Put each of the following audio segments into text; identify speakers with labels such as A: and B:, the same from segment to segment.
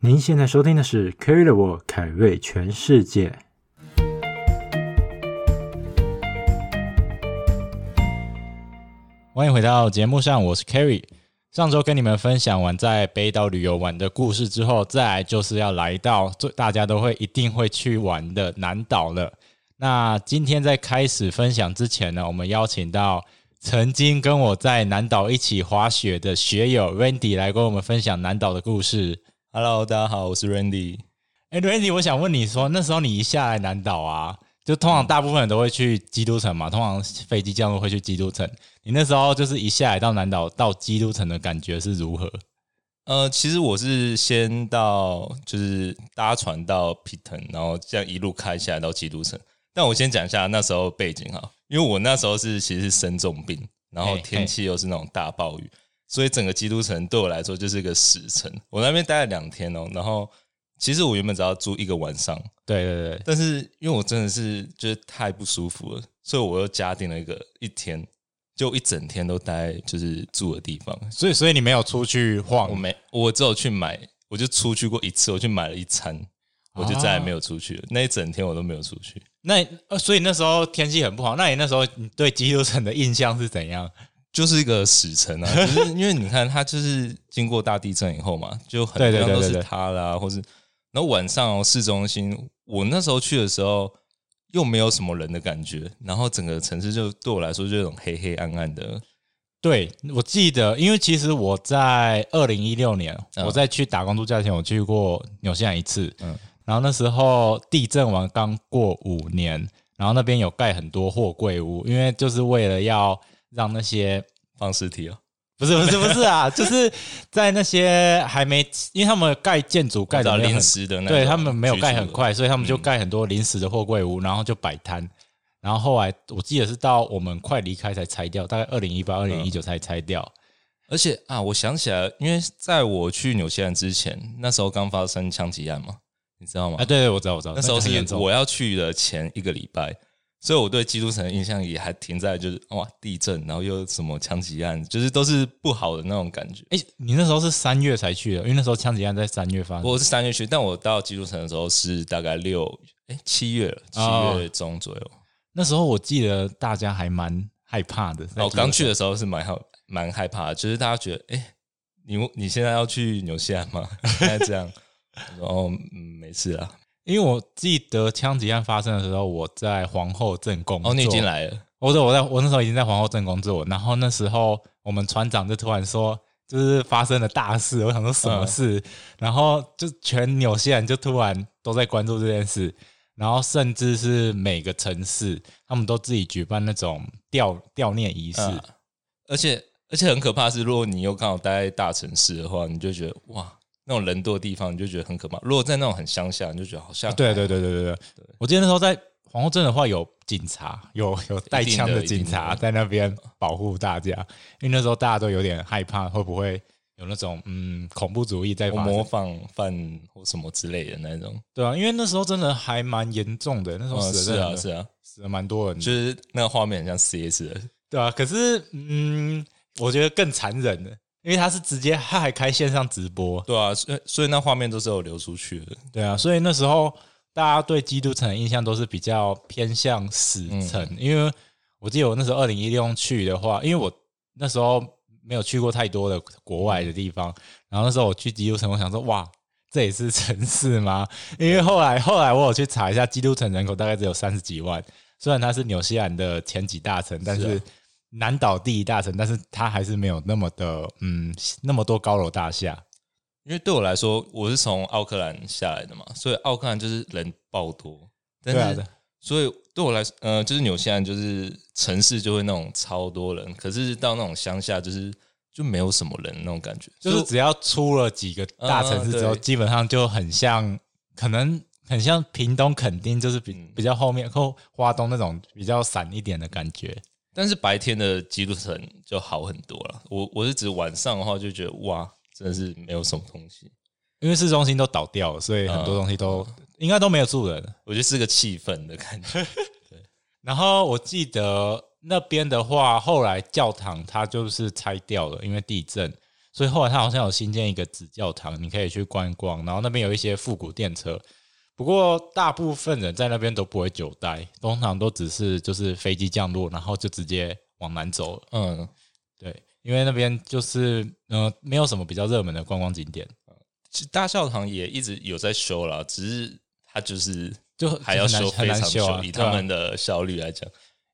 A: 您现在收听的是《Carry the World》，凯瑞全世界。
B: 欢迎回到节目上，我是 Kerry。上周跟你们分享完在北岛旅游玩的故事之后，再来就是要来到最大家都会一定会去玩的南岛了。那今天在开始分享之前呢，我们邀请到曾经跟我在南岛一起滑雪的学友 Randy 来跟我们分享南岛的故事。
C: Hello，大家好，我是 Randy。
B: 哎，Randy，我想问你说，那时候你一下来南岛啊，就通常大部分人都会去基督城嘛，通常飞机降落会去基督城。你那时候就是一下来到南岛到基督城的感觉是如何？
C: 呃，其实我是先到就是搭船到皮腾，然后这样一路开下来到基督城。但我先讲一下那时候背景哈，因为我那时候是其实是生重病，然后
B: 嘿
C: 天
B: 嘿
C: 气又是那种大暴雨，所以整个基督城对我来说就是一个死城。我那边待了两天哦，然后其实我原本只要住一个晚上，
B: 对对对，
C: 但是因为我真的是就是太不舒服了，所以我又加订了一个一天，就一整天都待就是住的地方。
B: 所以所以你没有出去晃
C: 我，没，我只有去买，我就出去过一次，我去买了一餐，我就再也
B: 啊
C: 没有出去了。那一整天我都没有出去。
B: 那呃所以那时候天气很不好。那你那时候你对基督城的印象是怎样？
C: 就是一个死城啊，就是因为你看它就是经过大地震以后嘛，就很多地
B: 对对
C: 方
B: 对
C: 都
B: 对
C: 是
B: 对
C: 塌啦，或是然后晚上、哦、市中心，我那时候去的时候又没有什么人的感觉，然后整个城市就对我来说就有种黑黑暗暗的，
B: 对，我记得，因为其实我在二零一六年，
C: 嗯
B: 我在去打工度假前，我去过纽西兰一次，
C: 嗯
B: 然后那时候地震完刚过五年，然后那边有盖很多货柜屋，因为就是为了要让那些
C: 放尸体哦，
B: 不是不是不是 啊，就是在那些还没，因为他们盖建筑盖的
C: 到临时的那种
B: 对他们没有
C: 居住
B: 盖
C: 的
B: 很，快，所以他们就盖很多临时的货柜屋，然后就摆摊。然后后来我记得是到我们快离开才拆掉，大概二零一八、二
C: 嗯
B: 零一九才拆掉。
C: 而且啊，我想起来，因为在我去纽西兰之前，那时候刚发生枪击案嘛，你知道吗？
B: 啊，对对，我知道，我知道，
C: 那时候
B: 个很严
C: 是
B: 重
C: 我要去的前一个礼拜，所以我对基督城的印象也还停在就是哇地震，然后又什么枪击案，就是都是不好的那种感觉。
B: 哎、你那时候是三月才去的，因为那时候枪击案在三月发生。
C: 我是三月去，但我到基督城的时候是大概六哎、七月了，
B: 哦
C: 七月中左右。
B: 那时候我记得大家还蛮害怕哦的。
C: 然后我刚去的时候是蛮好蛮害怕的，就是大家觉得哎、你你现在要去纽西兰吗？ 现在这样，我说哦嗯没事啊。
B: 因为我记得枪击案发生的时候，我在皇后镇工作。
C: 哦，你已经，来了，
B: 我对我在我那时候已经在皇后镇工作，然后那时候我们船长就突然说。就是发生了大事，我想说什么事，然后就全纽西兰就突然都在关注这件事，然后甚至是每个城市他们都自己举办那种悼悼念仪式，
C: 嗯而且而且很可怕是，如果你又刚好待在大城市的话，你就觉得哇，那种人多的地方你就觉得很可怕。如果在那种很乡下，你就觉得好像
B: 啊对对对对对对，我记得那时候在皇后镇的话，有警察，有有带枪的警察
C: 一定的
B: 在那边保护大家，因为那时候大家都有点害怕，会不会有那种嗯恐怖主义在
C: 我
B: 发
C: 模
B: 生？
C: 仿犯或什么之类的那种。
B: 对啊，因为那时候真的还蛮严重的，那时候
C: 嗯，
B: 死
C: 是
B: 哦了真的、
C: 啊是啊，
B: 死了蛮多人的，
C: 就是那个画面很像 CS 的，
B: 对啊。可是嗯，我觉得更残忍的，因为他是直接他还开线上直播，
C: 对啊，所以所以那画面都是有流出去的。
B: 对啊，所以那时候大家对基督城的印象都是比较偏向死城，因为我记得我那时候二零一六去的话，因为我那时候没有去过太多的国外的地方，然后那时候我去基督城，我想说哇。这也是城市吗？因为后来后来我有去查一下，基督城人口大概只有三十几万。虽然它是纽西兰的前几大城，但是南岛第一大城，但是它还是没有那么的嗯那么多高楼大厦。
C: 因为对我来说，我是从奥克兰下来的嘛，所以奥克兰就是人爆多，
B: 对啊
C: 但是、
B: 对
C: 所以对我来说，呃，就是纽西兰就是城市就会那种超多人，可是到那种乡下就是就没有什么人那种感觉，
B: 就是
C: 所以
B: 只要出了几个大城市之后，
C: 嗯对
B: 基本上就很像，可能很像屏东、垦丁，就是比、
C: 嗯
B: 比较后面或花东那种比较散一点的感觉。
C: 但是白天的基督城就好很多了。我我是指晚上的话，就觉得哇，真的是没有什么东西。
B: 因为市中心都倒掉了，所以
C: 嗯
B: 很多东西都、应该都没有住人。
C: 我觉得是个气氛的感觉。
B: 然后我记得那边的话，后来教堂它就是拆掉了，因为地震，所以后来它好像有新建一个子教堂，你可以去观光，然后那边有一些复古电车。不过大部分人在那边都不会久待，通常都只是就是飞机降落，然后就直接往南走了。
C: 嗯，
B: 对，因为那边就是呃没有什么比较热门的观光景点，
C: 其实大教堂也一直有在修啦，只是它就是
B: 就
C: 还要
B: 很难
C: 修
B: 很
C: 非
B: 难
C: 常
B: 修
C: 久，
B: 啊
C: 以
B: 对啊
C: 他们的效率来讲。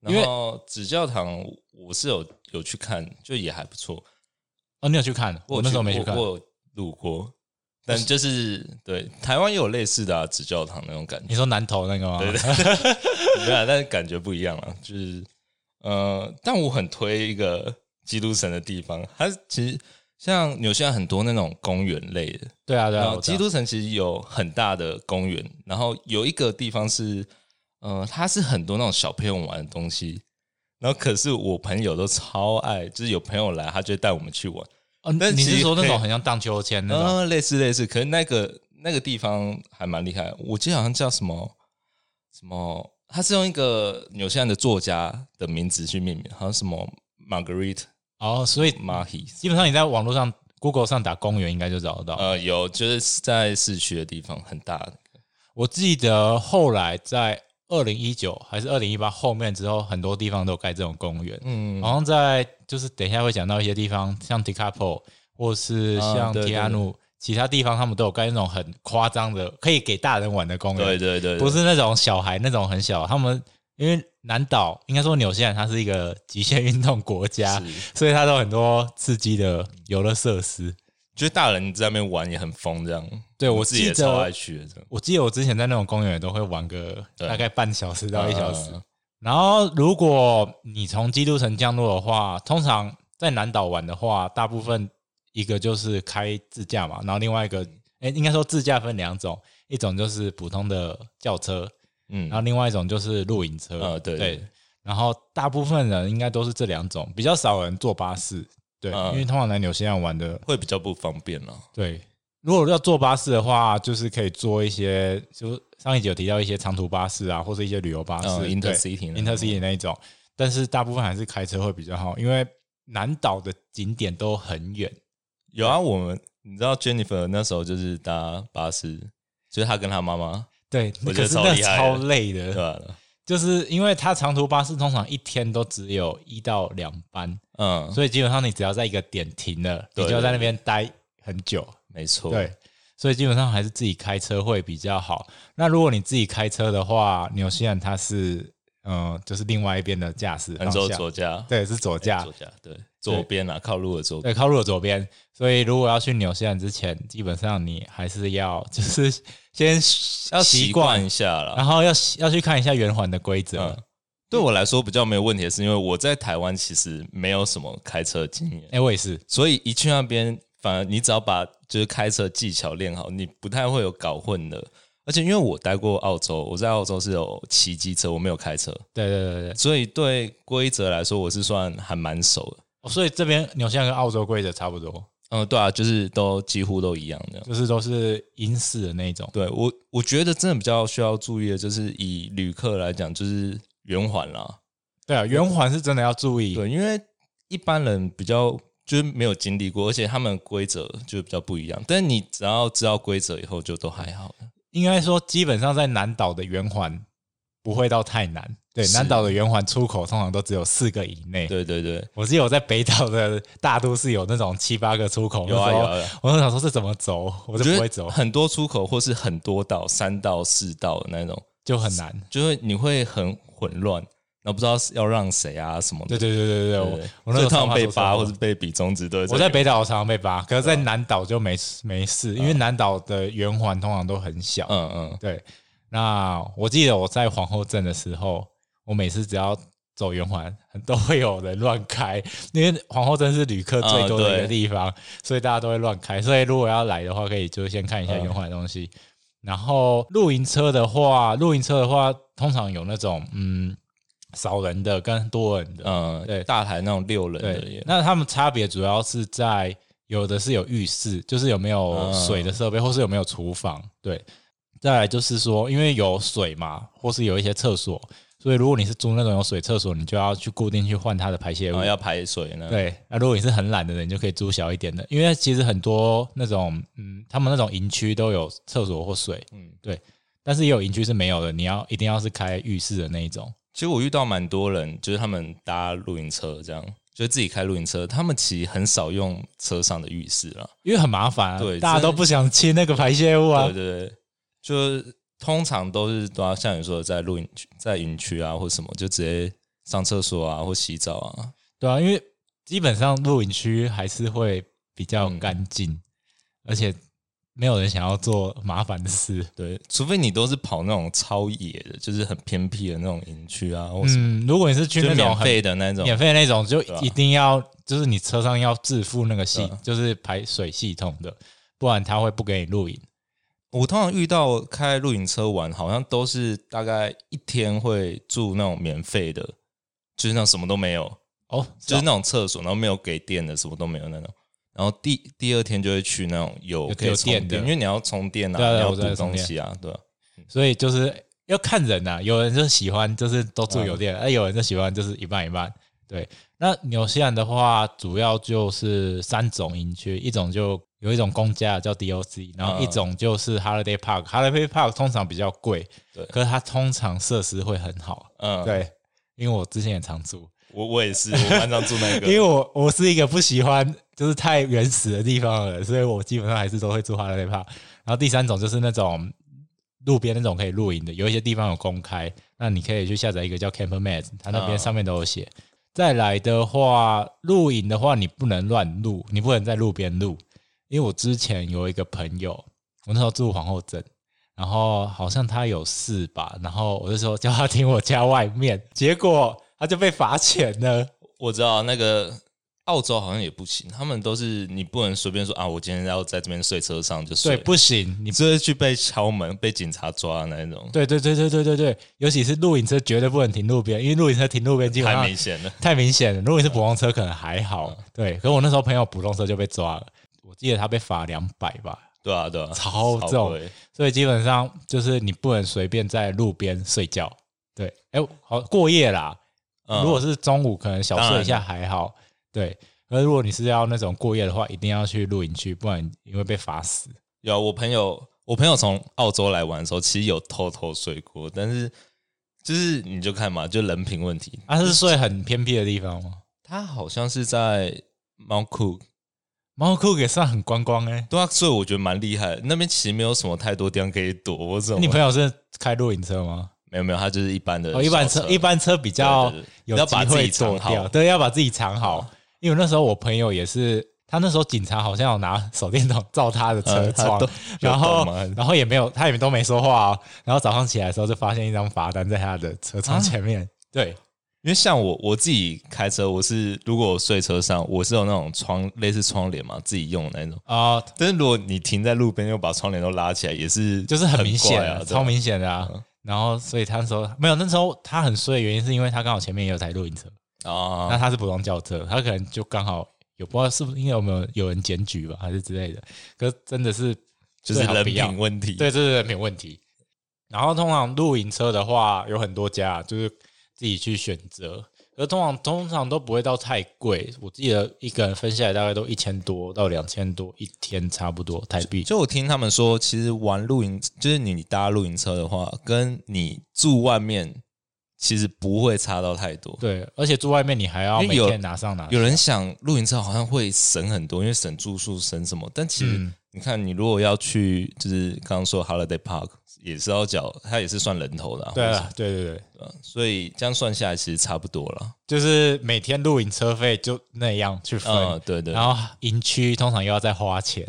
B: 因为
C: 然后紫教堂我是有有去看，就也还不错。
B: 哦，你有去看？我
C: 有
B: 那时候没去看。
C: 我有路过，但就是对台湾也有类似的啊，紫教堂那种感觉
B: 你，说南投那个吗？
C: 对对对，对啊，但是感觉不一样啊，就是呃，但我很推一个基督城的地方，它其实像纽西兰很多那种公园类的，
B: 对啊，对
C: 然
B: 啊，
C: 后
B: 我知道
C: 基督城其实有很大的公园，然后有一个地方是，呃，它是很多那种小朋友玩的东西。然后可是我朋友都超爱，就是有朋友来，他就会带我们去玩，
B: 哦，那
C: 但
B: 你
C: 其
B: 是
C: 实
B: 说那
C: 可以
B: 种很像荡秋千嗯那种？
C: 呃，类似类似。可是那个那个地方还蛮厉害，我记得好像叫什么什么，他是用一个纽西兰的作家的名字去命名，好像什么 Margaret
B: 哦，所以
C: Mahi，
B: 基本上你在网络上 Google 上打公园应该就找得到。
C: 呃，有就是在市区的地方，很大的。
B: 我记得后来在二零一九还是二零一八后面之后，很多地方都有盖这种公园，
C: 嗯，
B: 好像在就是等一下会讲到一些地方，像 t i c a p o 或是
C: 啊
B: 像
C: 对对
B: t i a n u 其他地方他们都有盖那种很夸张的，可以给大人玩的公园。
C: 对对对，对
B: 不是那种小孩那种很小，他们因为南岛应该说纽西兰它是一个极限运动国家，
C: 是
B: 所以它都有很多刺激的游乐设施。
C: 就是大人在那边玩也很疯，这样。
B: 对我
C: 自己也
B: 记得
C: 超爱去的，这样。
B: 我记得我之前在那种公园也都会玩个
C: 对
B: 大概半小时到一小时。
C: 嗯
B: 然后如果你从基督城降落的话，通常在南岛玩的话，大部分一个就是开自驾嘛，然后另外一个，哎，应该说自驾分两种，一种就是普通的轿车，然后
C: 嗯，
B: 另外一种就是露营车，
C: 呃对对
B: 然后大部分人应该都是这两种，比较少人坐巴士，对，
C: 嗯
B: 因为通常来纽西兰玩的，
C: 会比较不方便了。
B: 对，如果要坐巴士的话，就是可以坐一些，就上一集有提到一些长途巴士啊，或是一些旅游巴士、
C: 嗯
B: 对
C: Intercity 那种
B: Intercity 那一种，但是大部分还是开车会比较好，因为南岛的景点都很远，
C: 有啊，我们你知道 Jennifer 那时候就是搭巴士，就是她跟她妈妈，
B: 对，
C: 我
B: 可
C: 觉
B: 是
C: 得超
B: 那
C: 厉害的
B: 超累的，
C: 对啊吧？
B: 就是因为它长途巴士通常一天都只有一到两班，
C: 嗯，
B: 所以基本上你只要在一个点停了，你
C: 对
B: 就要在那边待很久。
C: 没错。
B: 对，所以基本上还是自己开车会比较好。那如果你自己开车的话，纽西兰它是呃，就是另外一边的驾驶
C: 兰
B: 方
C: 州
B: 向，
C: 左驾，
B: 对，是左驾
C: 左，驾，对，左边啊，靠路的左边。
B: 对，靠路的左边。所以如果要去纽西兰之前，基本上你还是要 就是先
C: 要
B: 习
C: 习
B: 惯
C: 惯一，下啦。
B: 然后要要去看一下圆环的规则。
C: 嗯，对我来说比较没有问题，的是因为我在台湾其实没有什么开车经验
B: 哎、，我也是，
C: 所以一去那边，反而你只要把就是开车技巧练好，你不太会有搞混的。而且因为我待过澳洲，我在澳洲是有骑机车，我没有开车，
B: 对对对对
C: 所以对规则来说，我是算还蛮熟的。
B: 哦，所以这边纽西兰跟澳洲规则差不多。
C: 嗯，对啊，就是都几乎都一样的。
B: 就是都是英式的那一种。
C: 对我，我觉得真的比较需要注意的，就是以旅客来讲，就是圆环啦。
B: 对啊，圆环是真的要注意。
C: 对，因为一般人比较就是没有经历过，而且他们规则就比较不一样。但你只要知道规则以后，就都还好了。
B: 应该说基本上在南岛的圆环不会到太难。对，
C: 是
B: 南岛的圆环出口通常都只有四个以内。
C: 对对对，
B: 我记得我在北岛的大都市有那种七八个出口，
C: 有啊
B: 那时候
C: 有啊有啊
B: 我就想说这怎么走，我
C: 我
B: 就
C: 觉
B: 不
C: 得
B: 会走，
C: 很多出口或是很多道，三道、四道的那种，
B: 就很难。
C: 就会你会很混乱，然后不知道是要让谁啊什么
B: 对
C: 的。
B: 对对对对，我我那时
C: 所以
B: 候
C: 他
B: 常
C: 们
B: 常
C: 被
B: 说
C: 扒
B: 错
C: 或是被比中指都
B: 我在
C: 被
B: 北岛常常被扒，可是
C: 啊
B: 在南岛就没事没事，因为南岛的圆环通常都很小。
C: 嗯嗯
B: 对，那我记得我在皇后镇的时候，我每次只要走圆环，都会有人乱开，因为皇后镇是旅客最多的一
C: 啊
B: 个
C: 对
B: 地方，所以大家都会乱开。所以如果要来的话，可以就先看一
C: 嗯
B: 下圆环的东西。然后露营车的话，露营车的话，通常有那种嗯少人的跟多人的，
C: 嗯，
B: 对
C: 大台那种六人的
B: 对
C: 也，，
B: 那他们差别主要是在有的是有浴室，就是有没有水的设备，或是有没有厨房。对，再来就是说，因为有水嘛，或是有一些厕所，所以如果你是租那种有水厕所，你就要去固定去换它的排泄
C: 然
B: 物
C: 哦后。要排水呢。，
B: 对，那、如果你是很懒的人，你就可以租小一点的，因为其实很多那种，嗯，他们那种营区都有厕所或水，
C: 嗯，
B: 但是也有营区是没有的，你要一定要是开浴室的那一种。
C: 其实我遇到蛮多人，就是他们搭露营车这样，就是自己开露营车，他们其实很少用车上的浴室啦。
B: 因为很麻烦、啊，
C: 对
B: 大家
C: 真的
B: 都不想清那个排泄物啊
C: 对。对对，就通常都是都要像你说的，在露营区、在营区啊，或什么，就直接上厕所啊，或洗澡啊。
B: 对啊，因为基本上露营区还是会比较
C: 嗯
B: 干净，而且没有人想要做麻烦的事。
C: 对，除非你都是跑那种超野的，就是很偏僻的那种营区啊，或什么，
B: 嗯，如果你是去
C: 就
B: 那种
C: 免
B: 很
C: 费的那种。
B: 免费的那种，就
C: 对啊
B: 一定要就是你车上要自付那个系
C: 对啊，
B: 就是排水系统的，不然他会不给你录影。
C: 我通常遇到开露营车玩，好像都是大概一天会住那种免费的，就是那种什么都没有，
B: 哦，
C: 就是
B: 哦
C: 那种厕所，然后没有给电的，什么都没有那种。然后第第二天就会去那种有
B: 有
C: 可以
B: 有
C: 充
B: 电的
C: 因为你要充电啊，
B: 对啊对啊
C: 你要
B: 我知道
C: 补
B: 充
C: 东
B: 电
C: 西啊，对吧、
B: 所以就是要看人呐、有人就喜欢就是都
C: 嗯
B: 住有电，而、有人就喜欢就是一半一半。对，那纽西兰的话，主要就是三种营区，一种就有一种公家的叫
C: 嗯
B: DOC，然后一种就是 Holiday Park，Holiday Park 通常比较贵，
C: 对
B: 可是它通常设施会很好，
C: 嗯，，
B: 对，因为我之前也常住，
C: 我我也是，我班上住那 个，
B: 因为我我是一个不喜欢就是太原始的地方的人，所以我基本上还是都会住哈雷帕。然后第三种就是那种路边那种可以露营的，有一些地方有公开，那你可以去下载一个叫 Camper Mats，它那边
C: 啊
B: 上面都有写。再来的话，露营的话你不能乱录，你不能在路边录，因为我之前有一个朋友，我那时候住皇后镇。然后好像他有事吧，然后我就说叫他停我家外面，结果他就被罚钱了。
C: 我知道那个澳洲好像也不行，他们都是你不能随便说啊，我今天要在这边睡车上就睡，
B: 对，不行，你
C: 你就会去被敲门、被警察抓的那种，
B: 对对对对对对对，尤其是露营车绝对不能停路边，因为露营车停路边基本
C: 太
B: 上
C: 明显了。嗯
B: 太明显了。如果你是普通车可能还好，对，可我那时候朋友普通车就被抓了，我记得他被罚两百吧，
C: 对啊，对啊，
B: 超重
C: 贵
B: 所以基本上就是你不能随便在路边睡觉。对，哎，好过夜啦，
C: 嗯
B: 如果是中午可能小
C: 当
B: 睡
C: 然
B: 一下还好，对。而如果你是要那种过夜的话，一定要去露营区，不然你会被罚死。
C: 有啊我朋友，我朋友从澳洲来玩的时候，其实有偷偷睡过，但是就是你就看嘛，就人品问题。
B: 啊，是睡很偏僻的地方吗？
C: 他好像是在 Mount Cook，
B: 猫库也算很观光哎、
C: 对啊，所以我觉得蛮厉害的。那边其实没有什么太多地方可以躲，我怎么
B: 你朋友是开露营车吗？
C: 没有没有，他就是一般的
B: 哦，一般
C: 小
B: 车一般车比较
C: 对对对
B: 有
C: 要
B: 机
C: 把自
B: 会
C: 己藏
B: 躲掉，
C: 好
B: 对，要把自己藏好。因为那时候我朋友也是，他那时候警察好像有拿手电筒照他的车
C: 嗯他
B: 窗
C: 都，
B: 然后
C: 有懂啊吗
B: 然后也没有，他也都没说话哦。然后早上起来的时候就发现一张罚单在他的车窗前
C: 啊
B: 面，对，
C: 因为像我我自己开车，我是如果我睡车上，我是有那种窗类似窗帘嘛，自己用的那种。
B: 啊，
C: 但是如果你停在路边又把窗帘都拉起来，也是
B: 就是很明显
C: 怪啊，嗯
B: 啊，
C: 对吧
B: 超明显的啊。然后所以他那时候没有，那时候他很衰的原因是因为他刚好前面也有台露营车，那
C: 啊。
B: 他是普通轿车，他可能就刚好有不知道是不是因为有没有有人检举吧，还是之类的。可是真的是
C: 就是
B: 最好
C: 人
B: 不要
C: 品问题，
B: 对，这是人品问题。然后通常露营车的话，有很多家，就是自己去选择。可是通常通常都不会到太贵，我记得一个人分下来大概都一千多到两千多一天，差不多台币。
C: 就我听他们说，其实玩露营，就是你搭露营车的话，跟你住外面其实不会差到太多。
B: 对，啊而且住外面你还要
C: 因
B: 每
C: 为有
B: 天拿上拿下
C: 有人想露营车好像会省很多，因为省住宿、省什么，但其实
B: 嗯
C: 你看，你如果要去，就是刚刚说 Holiday Park 也是要缴，它也是算人头的、啊，
B: 对
C: 或者是
B: 啊，对对对，
C: 对啊所以这样算下来其实差不多了。
B: 就是每天露营车费就那样去分，
C: 嗯，对对。
B: 然后营区通常又要再花钱，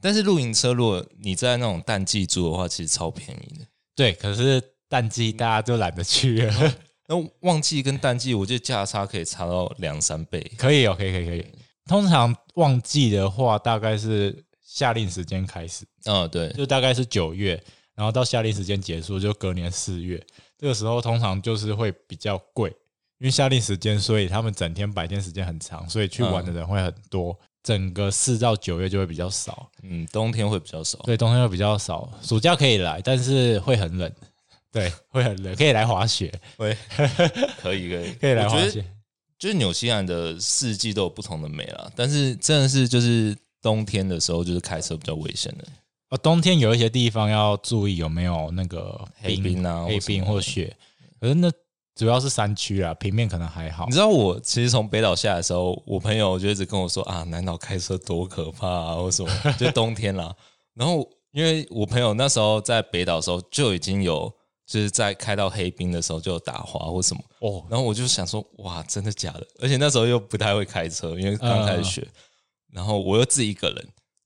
C: 但是露营车如果你在那种淡季住的话，其实超便宜的。
B: 对，可是淡季
C: 嗯
B: 大家就懒得去了。
C: 那旺季跟淡季，我觉得价差可以差到两三倍。
B: 可以哦，可以，可以，可以。通常旺季的话，大概是夏令时间开始，
C: 嗯，对，
B: 就大概是九月，然后到夏令时间结束，就隔年四月。这个时候通常就是会比较贵，因为夏令时间，所以他们整天白天时间很长，所以去
C: 嗯
B: 玩的人会很多。整个四到九月就会比较少，
C: 哦嗯，冬天会比较少。
B: 对，冬天会比较少。暑假可以来，但是会很冷。对，会很冷，可以来滑雪，
C: 喂， 可以可以
B: 可以来
C: 我觉
B: 滑
C: 得
B: 雪。
C: 就是纽西兰的四季都有不同的美啦，但是真的是就是冬天的时候，就是开车比较危险的。
B: 哦，冬天有一些地方要注意有没有那个
C: 黑冰啊
B: 黑
C: 或什么
B: 冰
C: 的
B: 或雪，可是那主要是山区啦，平面可能还好
C: 你。知道我其实从北岛下来的时候，我朋友就一直跟我说啊，南岛开车多可怕啊，或什么，就冬天啦。然后因为我朋友那时候在北岛的时候就已经有，就是在开到黑冰的时候就有打滑或什么，
B: 哦，
C: 然后我就想说，哇，真的假的？而且那时候又不太会开车，因为刚
B: 嗯
C: 开始学，然后我又自己一个人，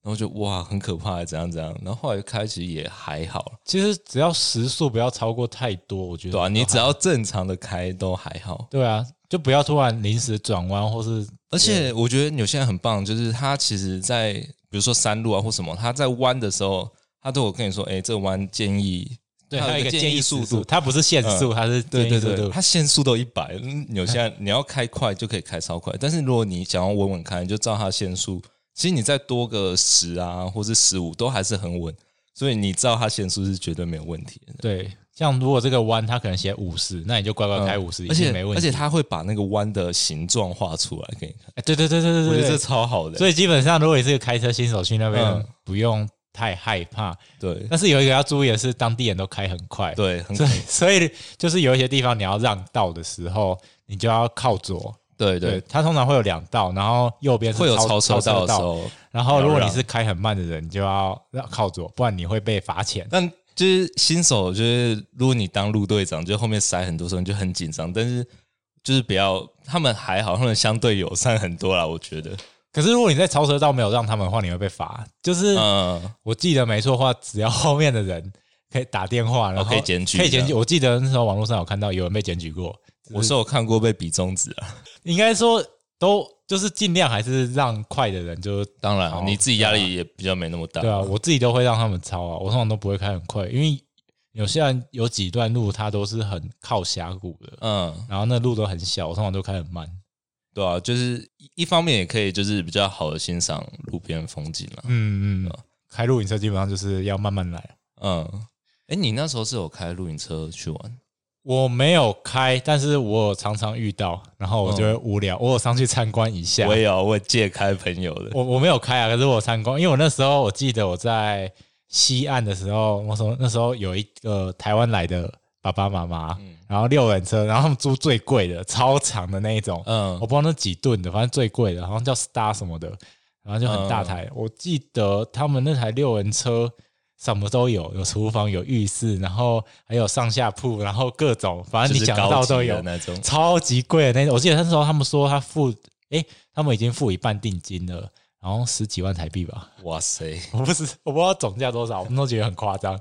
C: 然后就哇，很可怕，怎样怎样。然后后来开其实也还好，
B: 其实只要时速不要超过太多，我觉得
C: 对吧、
B: 都
C: 啊？你
B: 还
C: 只要正常的开都还好。
B: 对啊，就不要突然临时转弯或是
C: 而且我觉得纽西兰很棒，就是它其实在比如说山路啊或什么，它在弯的时候，它都有跟你说，哎、这个弯建议
B: 对，
C: 它有
B: 它有一个
C: 建
B: 建
C: 议
B: 议
C: 速
B: 速
C: 度嗯
B: 度，它不是限速，它是
C: 对
B: 建
C: 对
B: 议速
C: 对，
B: 度。
C: 它限速都一百，纽西 兰你要开快就可以开超快，但是如果你想要稳稳开，你就照它的限速。其实你再多个十啊，或是十五，都还是很稳，所以你照它限速是绝对没有问题的。
B: 对，像如果这个弯它可能写五十，那你就乖乖开五十，
C: 嗯而且
B: 没问
C: 而
B: 题。
C: 且它会把那个弯的形状画出来给你看，
B: 哎对对对对对
C: 我
B: 对，
C: 觉得
B: 对
C: 这超好的。
B: 所以基本上如果你是个开车新手去那边，
C: 嗯
B: 不用太害怕。
C: 对
B: 但是有一个要注意的是，当地人都开很快，
C: 对，很
B: 所以所以就是有一些地方你要让道的时候，你就要靠左。
C: 对对，
B: 它通常会有两道，然后右边是
C: 会有
B: 超
C: 超车
B: 道
C: 道的时候，
B: 然后，如果你
C: 要
B: 是开很慢的人，你就要要靠左，不然你会被罚钱。
C: 但就是新手，就是如果你当路队长，就后面塞很多时候你就很紧张，但是就是不要，他们还好，他们相对友善很多啦，我觉得。
B: 可是如果你在超车道没有让他们的话，你会被罚。就是、
C: 嗯，
B: 我记得没错的话，只要后面的人可以打电话，然后
C: 哦可以检举
B: 可以检
C: 这
B: 举。我记得那时候网络上有看到有人被检举过，
C: 我是有看过被比中指啊，
B: 应该说都就是尽量还是让快的人就
C: 当然
B: 哦
C: 你自己压力也比较没那么大。
B: 对啊，我自己都会让他们超啊，我通常都不会开很快，因为有些人有几段路它都是很靠峡谷的，
C: 嗯，
B: 然后那路都很小，我通常都开很慢。
C: 对啊，就是一一方面也可以就是比较好的欣赏路边风景啦。
B: 嗯嗯，开露营车基本上就是要慢慢来。
C: 嗯，哎，你那时候是有开露营车去玩？
B: 我没有开，但是我有常常遇到，然后我就会无聊，我有上去参观一下。
C: 我也有，我也借开朋友的。
B: 我我没有开啊，可是我有参观，因为我那时候我记得我在西岸的时候，我说那时候有一个台湾来的爸爸妈妈，然后六人车，然后他们租最贵的、超长的那一种，
C: 嗯
B: 我不知道那几吨的，反正最贵的，好像叫 Star 什么的，然后就很
C: 嗯
B: 大台。我记得他们那台六人车什么都有，有厨房，有浴室，然后还有上下铺，然后各种，反正
C: 就
B: 你
C: 是
B: 想得
C: 高
B: 到
C: 级
B: 都
C: 的
B: 有，
C: 那种
B: 超级贵的那种。我记得那时候他们说他付，诶，他们已经付一半定金了，然后十几万台币吧，
C: 嗯哇塞，
B: 我不是我不知道总价多少，我们都觉得很夸张。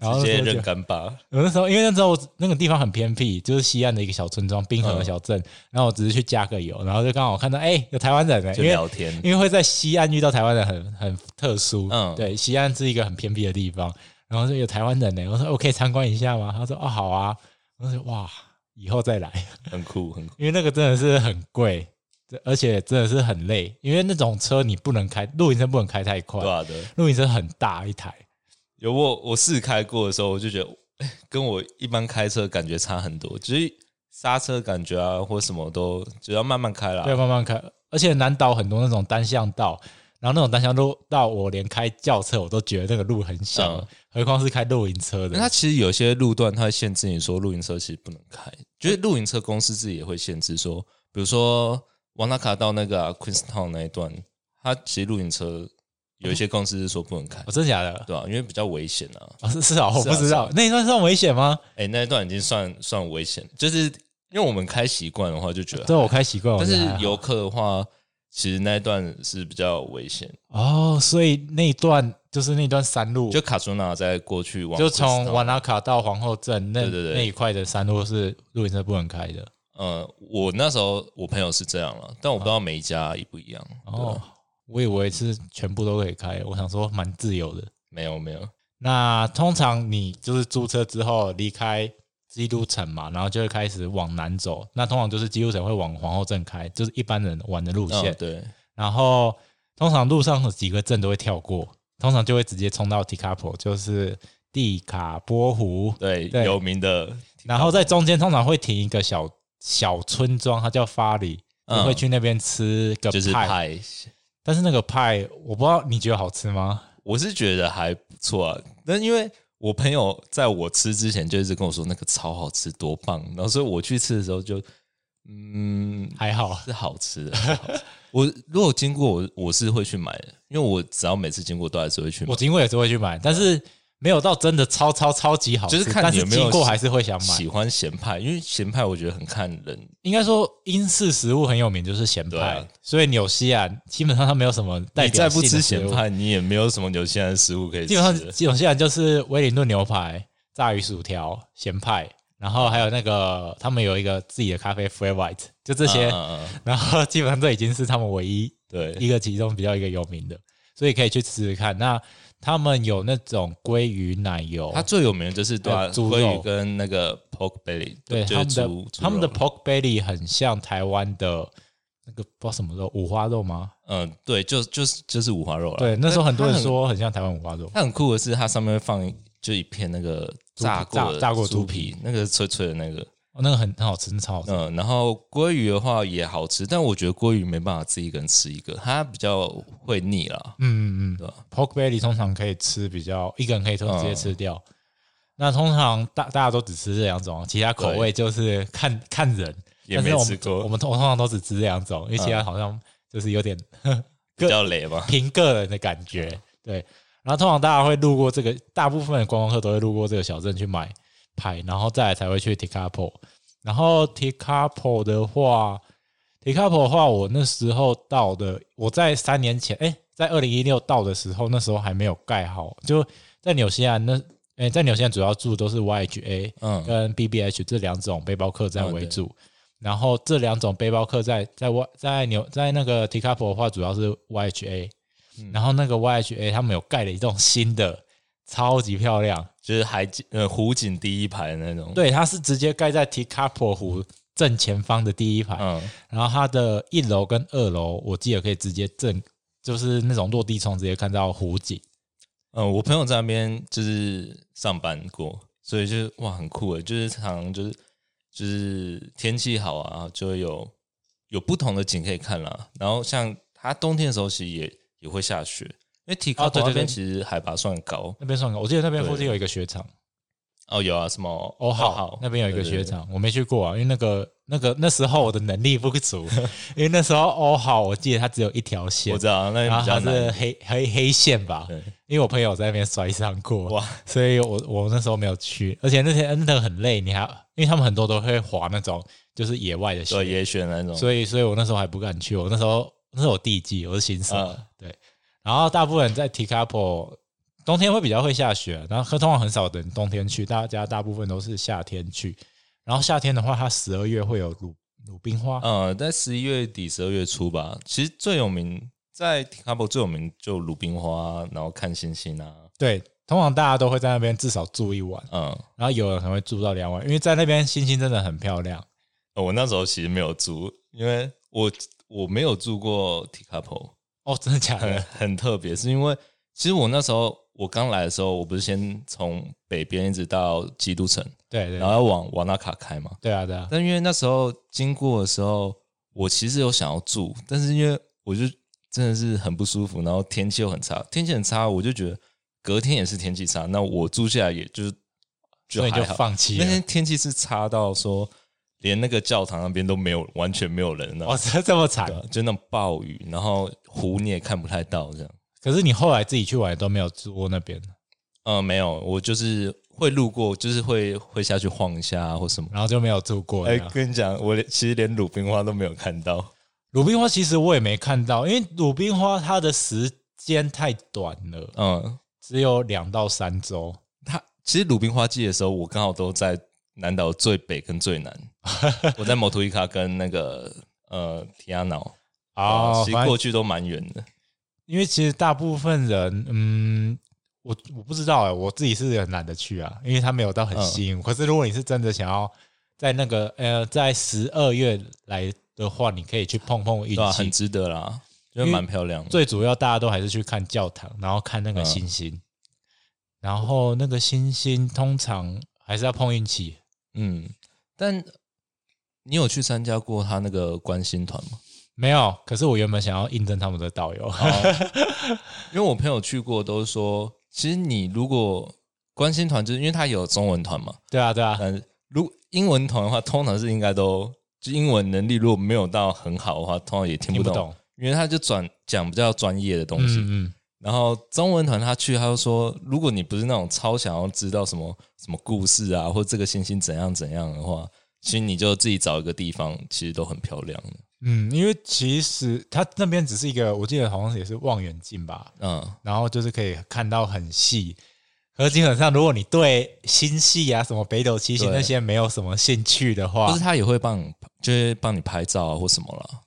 B: 然后
C: 直
B: 那时
C: 接
B: 候就
C: 认干爸。
B: 我那时候因为那时候那个地方很偏僻，就是西岸的一个小村庄，滨
C: 嗯
B: 河的小镇。然后我只是去加个油，然后就刚好看到哎、有台湾人哎、
C: 就
B: 因为
C: 聊天
B: 因为会在西岸遇到台湾人很很特殊。
C: 嗯
B: 嗯，对，西岸是一个很偏僻的地方，然后说有台湾人呢、我说我可以参观一下吗？他说哦好啊，我说哇以后再来，
C: 很酷，很酷。
B: 因为那个真的是很贵。这而且真的是很累，因为那种车你不能开，露营车不能开太快
C: 对，啊，对。
B: 露营车很大一台，
C: 有我我试开过的时候，我就觉得哎跟我一般开车感觉差很多，就是刹车感觉啊，或什么都，只要慢慢开啦
B: 对，。慢慢开。而且南岛很多那种单向道，然后那种单向路道，我连开轿车我都觉得那个路很小，
C: 嗯
B: 何况是开露营车
C: 那它
B: 的。
C: 其实有些路段，它会限制你说露营车其实不能开，就是露营车公司自己也会限制说，比如说瓦纳卡到那个、啊、Queenstown 那一段，它其实露营车有一些公司是说不能开，
B: 哦，真的假的？
C: 对啊，因为比较危险啊。
B: 哦，是是啊，我
C: 是啊
B: 不知
C: 是啊
B: 道，那一段算危险吗？
C: 哎、那一段已经算算危险，就是因为我们开习惯的话，就觉得
B: 这我开习惯，我
C: 但
B: 觉哦得还好
C: 是游客的话，其实那一段是比较危险，
B: 哦，所以那一段就是那段山路，就
C: 就卡索纳在过去往
B: 就从
C: Queenstown
B: 瓦纳卡到皇后镇那
C: 对对对
B: 那一块的山路是露营车不能开的。
C: 呃，我那时候我朋友是这样了，但我不知道每一家一不一样。哦
B: 哦，，我以为是全部都可以开，我想说蛮自由的。
C: 没有没有，
B: 那通常你就是租车之后离开基督城嘛，然后就会开始往南走。那通常就是基督城会往皇后镇开，就是一般人玩的路线。
C: 嗯对，
B: 然后通常路上有几个镇都会跳过，通常就会直接冲到 t i k a p o 就是蒂卡波湖，
C: 对，
B: 对
C: 有名的，
B: 然后在中间通常会停一个小小村庄，它叫法里，你
C: 嗯
B: 会去那边吃个
C: 就是
B: 派，
C: 派，
B: 但是那个派我不知道你觉得好吃吗？
C: 我是觉得还不错啊。但因为我朋友在我吃之前就一直跟我说那个超好吃，多棒，然后所以我去吃的时候就，嗯，
B: 还好，
C: 是好吃的。是好吃的 我如果经过我，我是会去买的，因为我只要每次经过都还是会去买
B: 我。经过也是会去买，但是没有到真的超超超级好吃，
C: 就是看
B: 但
C: 你
B: 是
C: 有没有
B: 经过还是会想
C: 喜
B: 买。
C: 欢咸派，因为咸派我觉得很看人，
B: 应该说英式食物很有名，就是咸
C: 对
B: 派，
C: 啊
B: 所以纽西兰基本上它没有什么代
C: 你
B: 表
C: 再
B: 性
C: 不
B: 的
C: 吃
B: 食
C: 咸
B: 物，
C: 派，你也没有什么纽西兰的食物可以吃。
B: 基本上纽西兰就是威灵顿牛排、炸鱼薯条、咸派，然后还有那个他们有一个自己的咖啡 Free White，就这些。
C: 嗯嗯嗯
B: 然后基本上这已经是他们唯一一
C: 对，
B: 个其中比较一个有名的，所以可以去吃吃看。那他们有那种鲑鱼奶油，
C: 它最有名的就是对
B: 还
C: 啊，
B: 有猪
C: 鲑
B: 肉
C: 鱼跟那个 pork belly，
B: 对
C: 就
B: 他
C: 是
B: 们的
C: 猪猪
B: 他们的
C: 肉
B: pork belly 很像台湾的那个不知道什么肉五花肉吗？
C: 嗯，对，就就是就是五花肉了。
B: 对，那时候很多人
C: 呃但它
B: 说很像台湾五花肉，
C: 它很酷的是，它上面会放就一片那个
B: 猪皮
C: 炸过的
B: 炸炸过
C: 猪
B: 猪
C: 皮，那个脆脆的那个。
B: 哦、那个很很好吃，真的超好吃。
C: 嗯，然后鲑鱼的话也好吃，但我觉得鲑鱼没办法自己一个人吃一个，它比较会腻啦。
B: 嗯嗯
C: 对
B: 嗯
C: 啊
B: ，pork belly 通常可以吃比较一个人可以通
C: 嗯
B: 直接吃掉。那通常大大家都只吃这两种，啊其他口味就是看看人。
C: 也
B: 但是
C: 没
B: 我
C: 吃
B: 们
C: 过嗯
B: 我们通通常都只吃这两种，因为其他好像就是有点
C: 比较累吧？
B: 凭个人的感觉。对，然后通常大家会路过这个，大部分的观光客都会路过这个小镇去买牌，然后再来才会去 Tekapo。然后 Tekapo 的话，Tekapo 的话，我那时候到的，我在三年前，哎，在二零一六到的时候，那时候还没有盖好，就在纽西兰那，哎，在纽西兰主要住都是 YHA
C: 嗯
B: 跟 BBH 这两种背包客
C: 嗯
B: 栈为
C: 对
B: 主。然后这两种背包客在在外在纽在那个 Tekapo 的话，主要是 YHA，、然
C: 嗯
B: 后那个 YHA 他们有盖了一栋新的，超级漂亮。
C: 就是海景呃湖景第一排的那种。，
B: 对，它是直接盖在 Tekapo 湖正前方的第一排，
C: 嗯，
B: 然后它的一楼跟二楼，我记得可以直接正就是那种落地窗直接看到湖景。
C: 嗯，我朋友在那边就是上班过，所以就是哇，很酷诶，就是常常就是就是天气好啊，就会有有不同的景可以看啦。然后像它冬天的时候，其实也也会下雪，因为提高
B: 哦对对
C: 那边
B: 对
C: 其实海拔算高
B: 那边算个，我记得那边
C: 对
B: 附近有一个雪场，
C: 哦，有啊，什么
B: 欧
C: 好
B: 好那边有一个雪，场，我没去过啊，因为那个那个那时候我的能力不 足，因为那时候欧好我记得它只有一条
C: 对对对
B: 线
C: 我，知道，那边
B: 然
C: 比
B: 后
C: 较
B: 啊它是
C: 难。
B: 黑黑黑线吧，
C: 对，
B: 因为我朋友在那边摔伤过，
C: 哇
B: 所以我我那时候没有去，而且那天真的很累，你还因为他们很多都会滑那种就是野外的
C: 对，
B: 雪，
C: 野选那种，
B: 所以所以我那时候还不敢去，我那时候那是我第一季，我是啊新手，
C: 嗯
B: 对，然后大部分人在 Tekapo 冬天会比较会下雪，然后可通常很少人冬天去，大家大部分都是夏天去，然后夏天的话，它十二月会有鲁鲁冰花，
C: 嗯，在十一月底、十二月初吧。其实最有名在 t i k a b o 最有名就鲁冰花，然后看星星啊，
B: 对，通常大家都会在那边至少住一晚，
C: 嗯。
B: 然后有人可能会住到两晚，因为在那边星星真的很漂亮。
C: 呃我那时候其实没有住，因为我我没有住过 t i k a b o
B: 哦，真的假
C: 很
B: 的？
C: 很特别，是因为其实我那时候我刚来的时候，我不是先从北边一直到基督城，
B: 对对
C: 然后要往瓦纳卡开嘛。
B: 对啊对啊，
C: 但因为那时候经过的时候，我其实有想要住，但是因为我就真的是很不舒服，然后天气又很差，天气很差，我就觉得隔天也是天气差，那我住下来也就是就
B: 所以你
C: 还
B: 就
C: 好。
B: 放弃
C: 那
B: 了
C: 天。天气是差到说，连那个教堂那边都没有，完全没有人那
B: 哦，这这么惨
C: 对，啊就那种暴雨，然后湖你也看不太到这样。
B: 可是你后来自己去玩都没有住过那边，
C: 嗯，没有，我就是会路过，就是会会下去晃一下啊或什么。
B: 然后就没有住过这
C: 哎、
B: 样。
C: 跟你讲，我连其实连鲁冰花都没有看到。
B: 鲁冰花其实我也没看到，因为鲁冰花它的时间太短了，
C: 嗯，
B: 只有两到三周。
C: 它其实鲁冰花季的时候，我刚好都在南岛最北跟最南， 我在摩图伊卡跟那个呃提亚瑙啊
B: 哦，
C: 其
B: 反正
C: 实过去都蛮远的。
B: 因为其实大部分人，嗯，我我不知道哎、我自己是很懒得去啊，因为它没有到
C: 嗯
B: 很吸引我。可是如果你是真的想要在那个呃，在十二月来的话，你可以去碰碰运
C: 对啊，
B: 气
C: 很，值得啦，因为
B: 因为
C: 蛮漂亮的。嗯
B: 最主要大家都还是去看教堂，然后看那个星星。然后那个星星通常还是要碰运气。
C: 嗯，但你有去参加过他那个关心团吗？
B: 没有，可是我原本想要印证他们的导游，
C: 哦因为我朋友去过，都说其实你如果关心团，就是因为他有中文团嘛，
B: 对啊，对啊，
C: 嗯，如英文团的话，通常是应该都就英文能力如果没有到很好的话，通常也听
B: 听
C: 不
B: 不
C: 懂，
B: 懂，
C: 因为他就转讲比较专业的东西。
B: 嗯嗯，
C: 然后中文团他去，他就说，如果你不是那种超想要知道什么什么故事啊，或这个星星怎样怎样的话，其实你就自己找一个地方，其实都很漂亮的。
B: 嗯，因为其实它那边只是一个，我记得好像也是望远镜吧，
C: 嗯，
B: 然后就是可以看到很细。可是基本上，如果你对星系啊、什么北斗七星
C: 对
B: 那些没有什么兴趣的
C: 或
B: 话
C: 是，他也会帮你，就是帮你拍照啊或什么啦，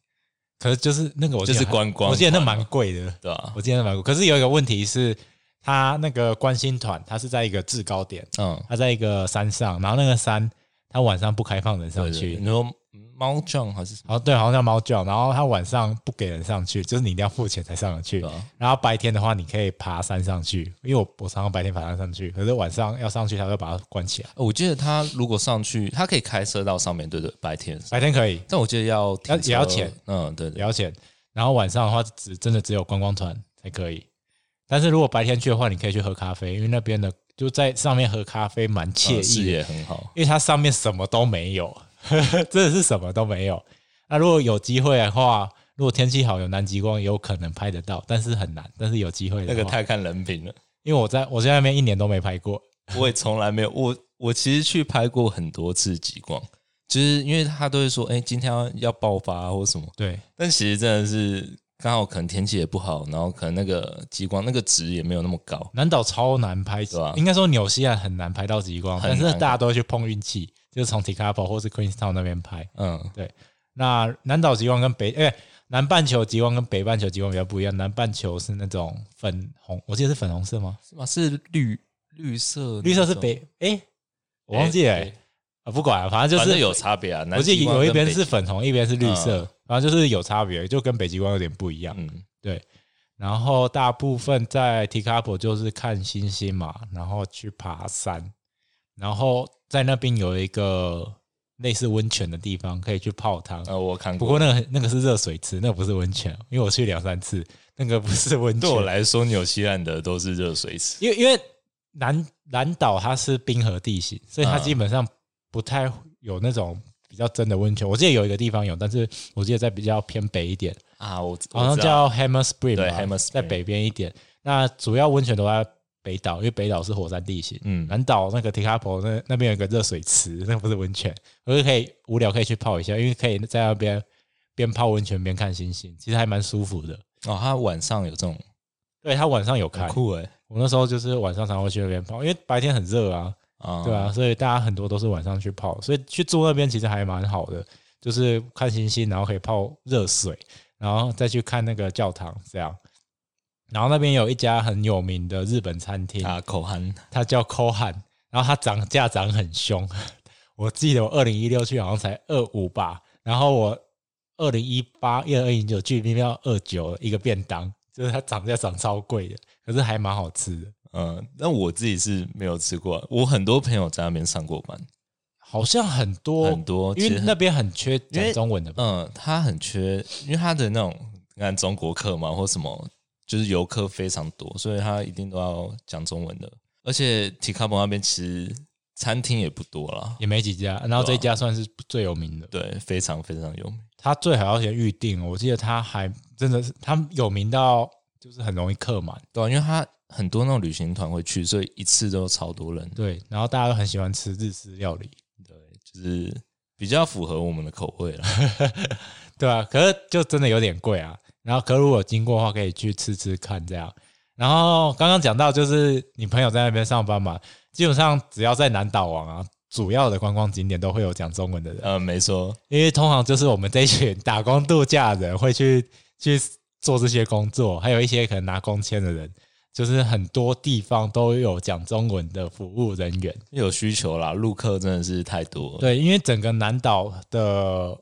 B: 可是就是那个我记得
C: 就是
B: 还
C: 观光团啊，
B: 我记得那蛮贵的，
C: 对吧
B: 我？记得那蛮贵。可是有一个问题是，它那个观星团它是在一个制高点，
C: 嗯，
B: 它在一个山上，然后那个山它晚上不开放人上
C: 对对
B: 去
C: 对，你说猫酱还是什么？
B: 然后对，好像叫猫叫，然后它晚上不给人上去，就是你一定要付钱才上得去。
C: 对啊
B: 然后白天的话，你可以爬山上去，因为我我常常白天爬山上去，可是晚上要上去，它会把它关起来。
C: 我记得他如果上去，他可以开车到上面，对对，白天。
B: 白天可以
C: 但我记得要停
B: 要也要
C: 车
B: 钱，
C: 嗯，对
B: 也
C: 对，
B: 要钱，然后晚上的话只真的只有观光团才可以。但是如果白天去的话，你可以去喝咖啡，因为那边的就在上面喝咖啡蛮惬
C: 嗯视
B: 意的，
C: 野很好。
B: 因为它上面什么都没有， 真的是什么都没有。那如果有机会的话，如果天气好有南极光，有可能拍得到，但是很难。但是有机会的
C: 那
B: 话，
C: 个太看人品了，
B: 因为我在我在那边一年都没拍过，
C: 我也从来没有，我我其实去拍过很多次极光，就是因为他都会说，哎、今天要要爆发、啊、或什么，
B: 对，
C: 但其实真的是刚好可能天气也不好，然后可能那个极光那个值也没有那么高，
B: 南岛超难拍，
C: 对啊
B: 应该说纽西兰很难拍到极光，
C: 很
B: 但是
C: 难啊
B: 大家都会去碰运气，就是从 t i k a p o 或是 Queenstown 那边拍。
C: 嗯，
B: 那南岛极光跟北哎、南半球极光跟北半球极光比较不一样，南半球是那种粉红，我记得是粉红色吗？
C: 是吗？是绿绿色，
B: 绿色是北哎、我忘记了、
C: 哎哎
B: 啊，不管了，反正就
C: 反正
B: 是
C: 有差别啊。
B: 我
C: 南
B: 记
C: 极
B: 得
C: 光
B: 有一
C: 跟
B: 边
C: 北
B: 是
C: 极，
B: 粉红，一边是绿色，然后就是有差别，就跟北极光有点不一样。
C: 嗯，
B: 对，然后大部分在 t i k a p o 就是看星星嘛，然后去爬山，然后在那边有一个类似温泉的地方，可以去泡汤。
C: 呃，我看
B: 不
C: 过。
B: 过那个那个是热水池，那个不是温泉，因为我去两三次，那个不是温泉。
C: 对我来说，纽西兰的都是热水池。
B: 因为因为南南岛它是冰河地形，所以它
C: 嗯
B: 基本上不太有那种比较真的温泉。我记得有一个地方有，但是我记得在比较偏北一点，
C: 啊，我
B: 好像叫 Hammer Spring
C: 对
B: 吧
C: Hammer
B: 在
C: Spring
B: 北边一点。那主要温泉都在北岛，因为北岛是火山地形。
C: 嗯
B: 南岛那个 t i k a p o 那那边有一个热水池，那不是温泉，我就可以无聊可以去泡一下，因为可以在那边边泡温泉边看星星，其实还蛮舒服的。
C: 哦，他晚上有这种
B: 对，它晚上有开。
C: 酷哎
B: 我那时候就是晚上常会去那边泡，因为白天很热啊，
C: 啊
B: 对啊，，所以大家很多都是晚上去泡，所以去住那边其实还蛮好的，就是看星星，然后可以泡热水，然后再去看那个教堂这样。然后那边有一家很有名的日本餐厅，
C: 啊口憨
B: 它叫 Kohan，然后它涨价涨很凶， 我记得我二零一六去好像才二五吧，然后我二零一八一二零九去明明要二九一个便当，就是它涨价涨超贵的，可是还蛮好吃的。
C: 嗯，但我自己是没有吃过，我很多朋友在那边上过班，
B: 好像很多
C: 很多
B: 因
C: 其
B: 为
C: 实
B: 那边很缺
C: 因
B: 讲
C: 为
B: 中文的吧？
C: 嗯，他很缺，因为他的那种你看中国客嘛或什么，就是游客非常多，所以他一定都要讲中文的，而且提卡蒙那边其实餐厅也不多啦，
B: 也没几家，然后这一家算是最有名的。
C: 对，啊非常非常有名，
B: 他最好要先预定，我记得他还真的是他有名到就是很容易客满，
C: 对啊、因为他很多那种旅行团会去，所以一次都超多人，
B: 对，然后大家都很喜欢吃日式料理，
C: 对，就是比较符合我们的口味了。
B: 对啊，可是就真的有点贵啊。然后可如果有经过的话，可以去吃吃看这样。然后刚刚讲到就是你朋友在那边上班嘛，基本上只要在南岛王啊，主要的观光景点都会有讲中文的人。
C: 呃，没错，
B: 因为通常就是我们这一群打工度假的人会去 去做这些工作，还有一些可能拿工签的人，就是很多地方都有讲中文的服务人员。
C: 有需求啦，陆客真的是太多了。
B: 对，因为整个南岛的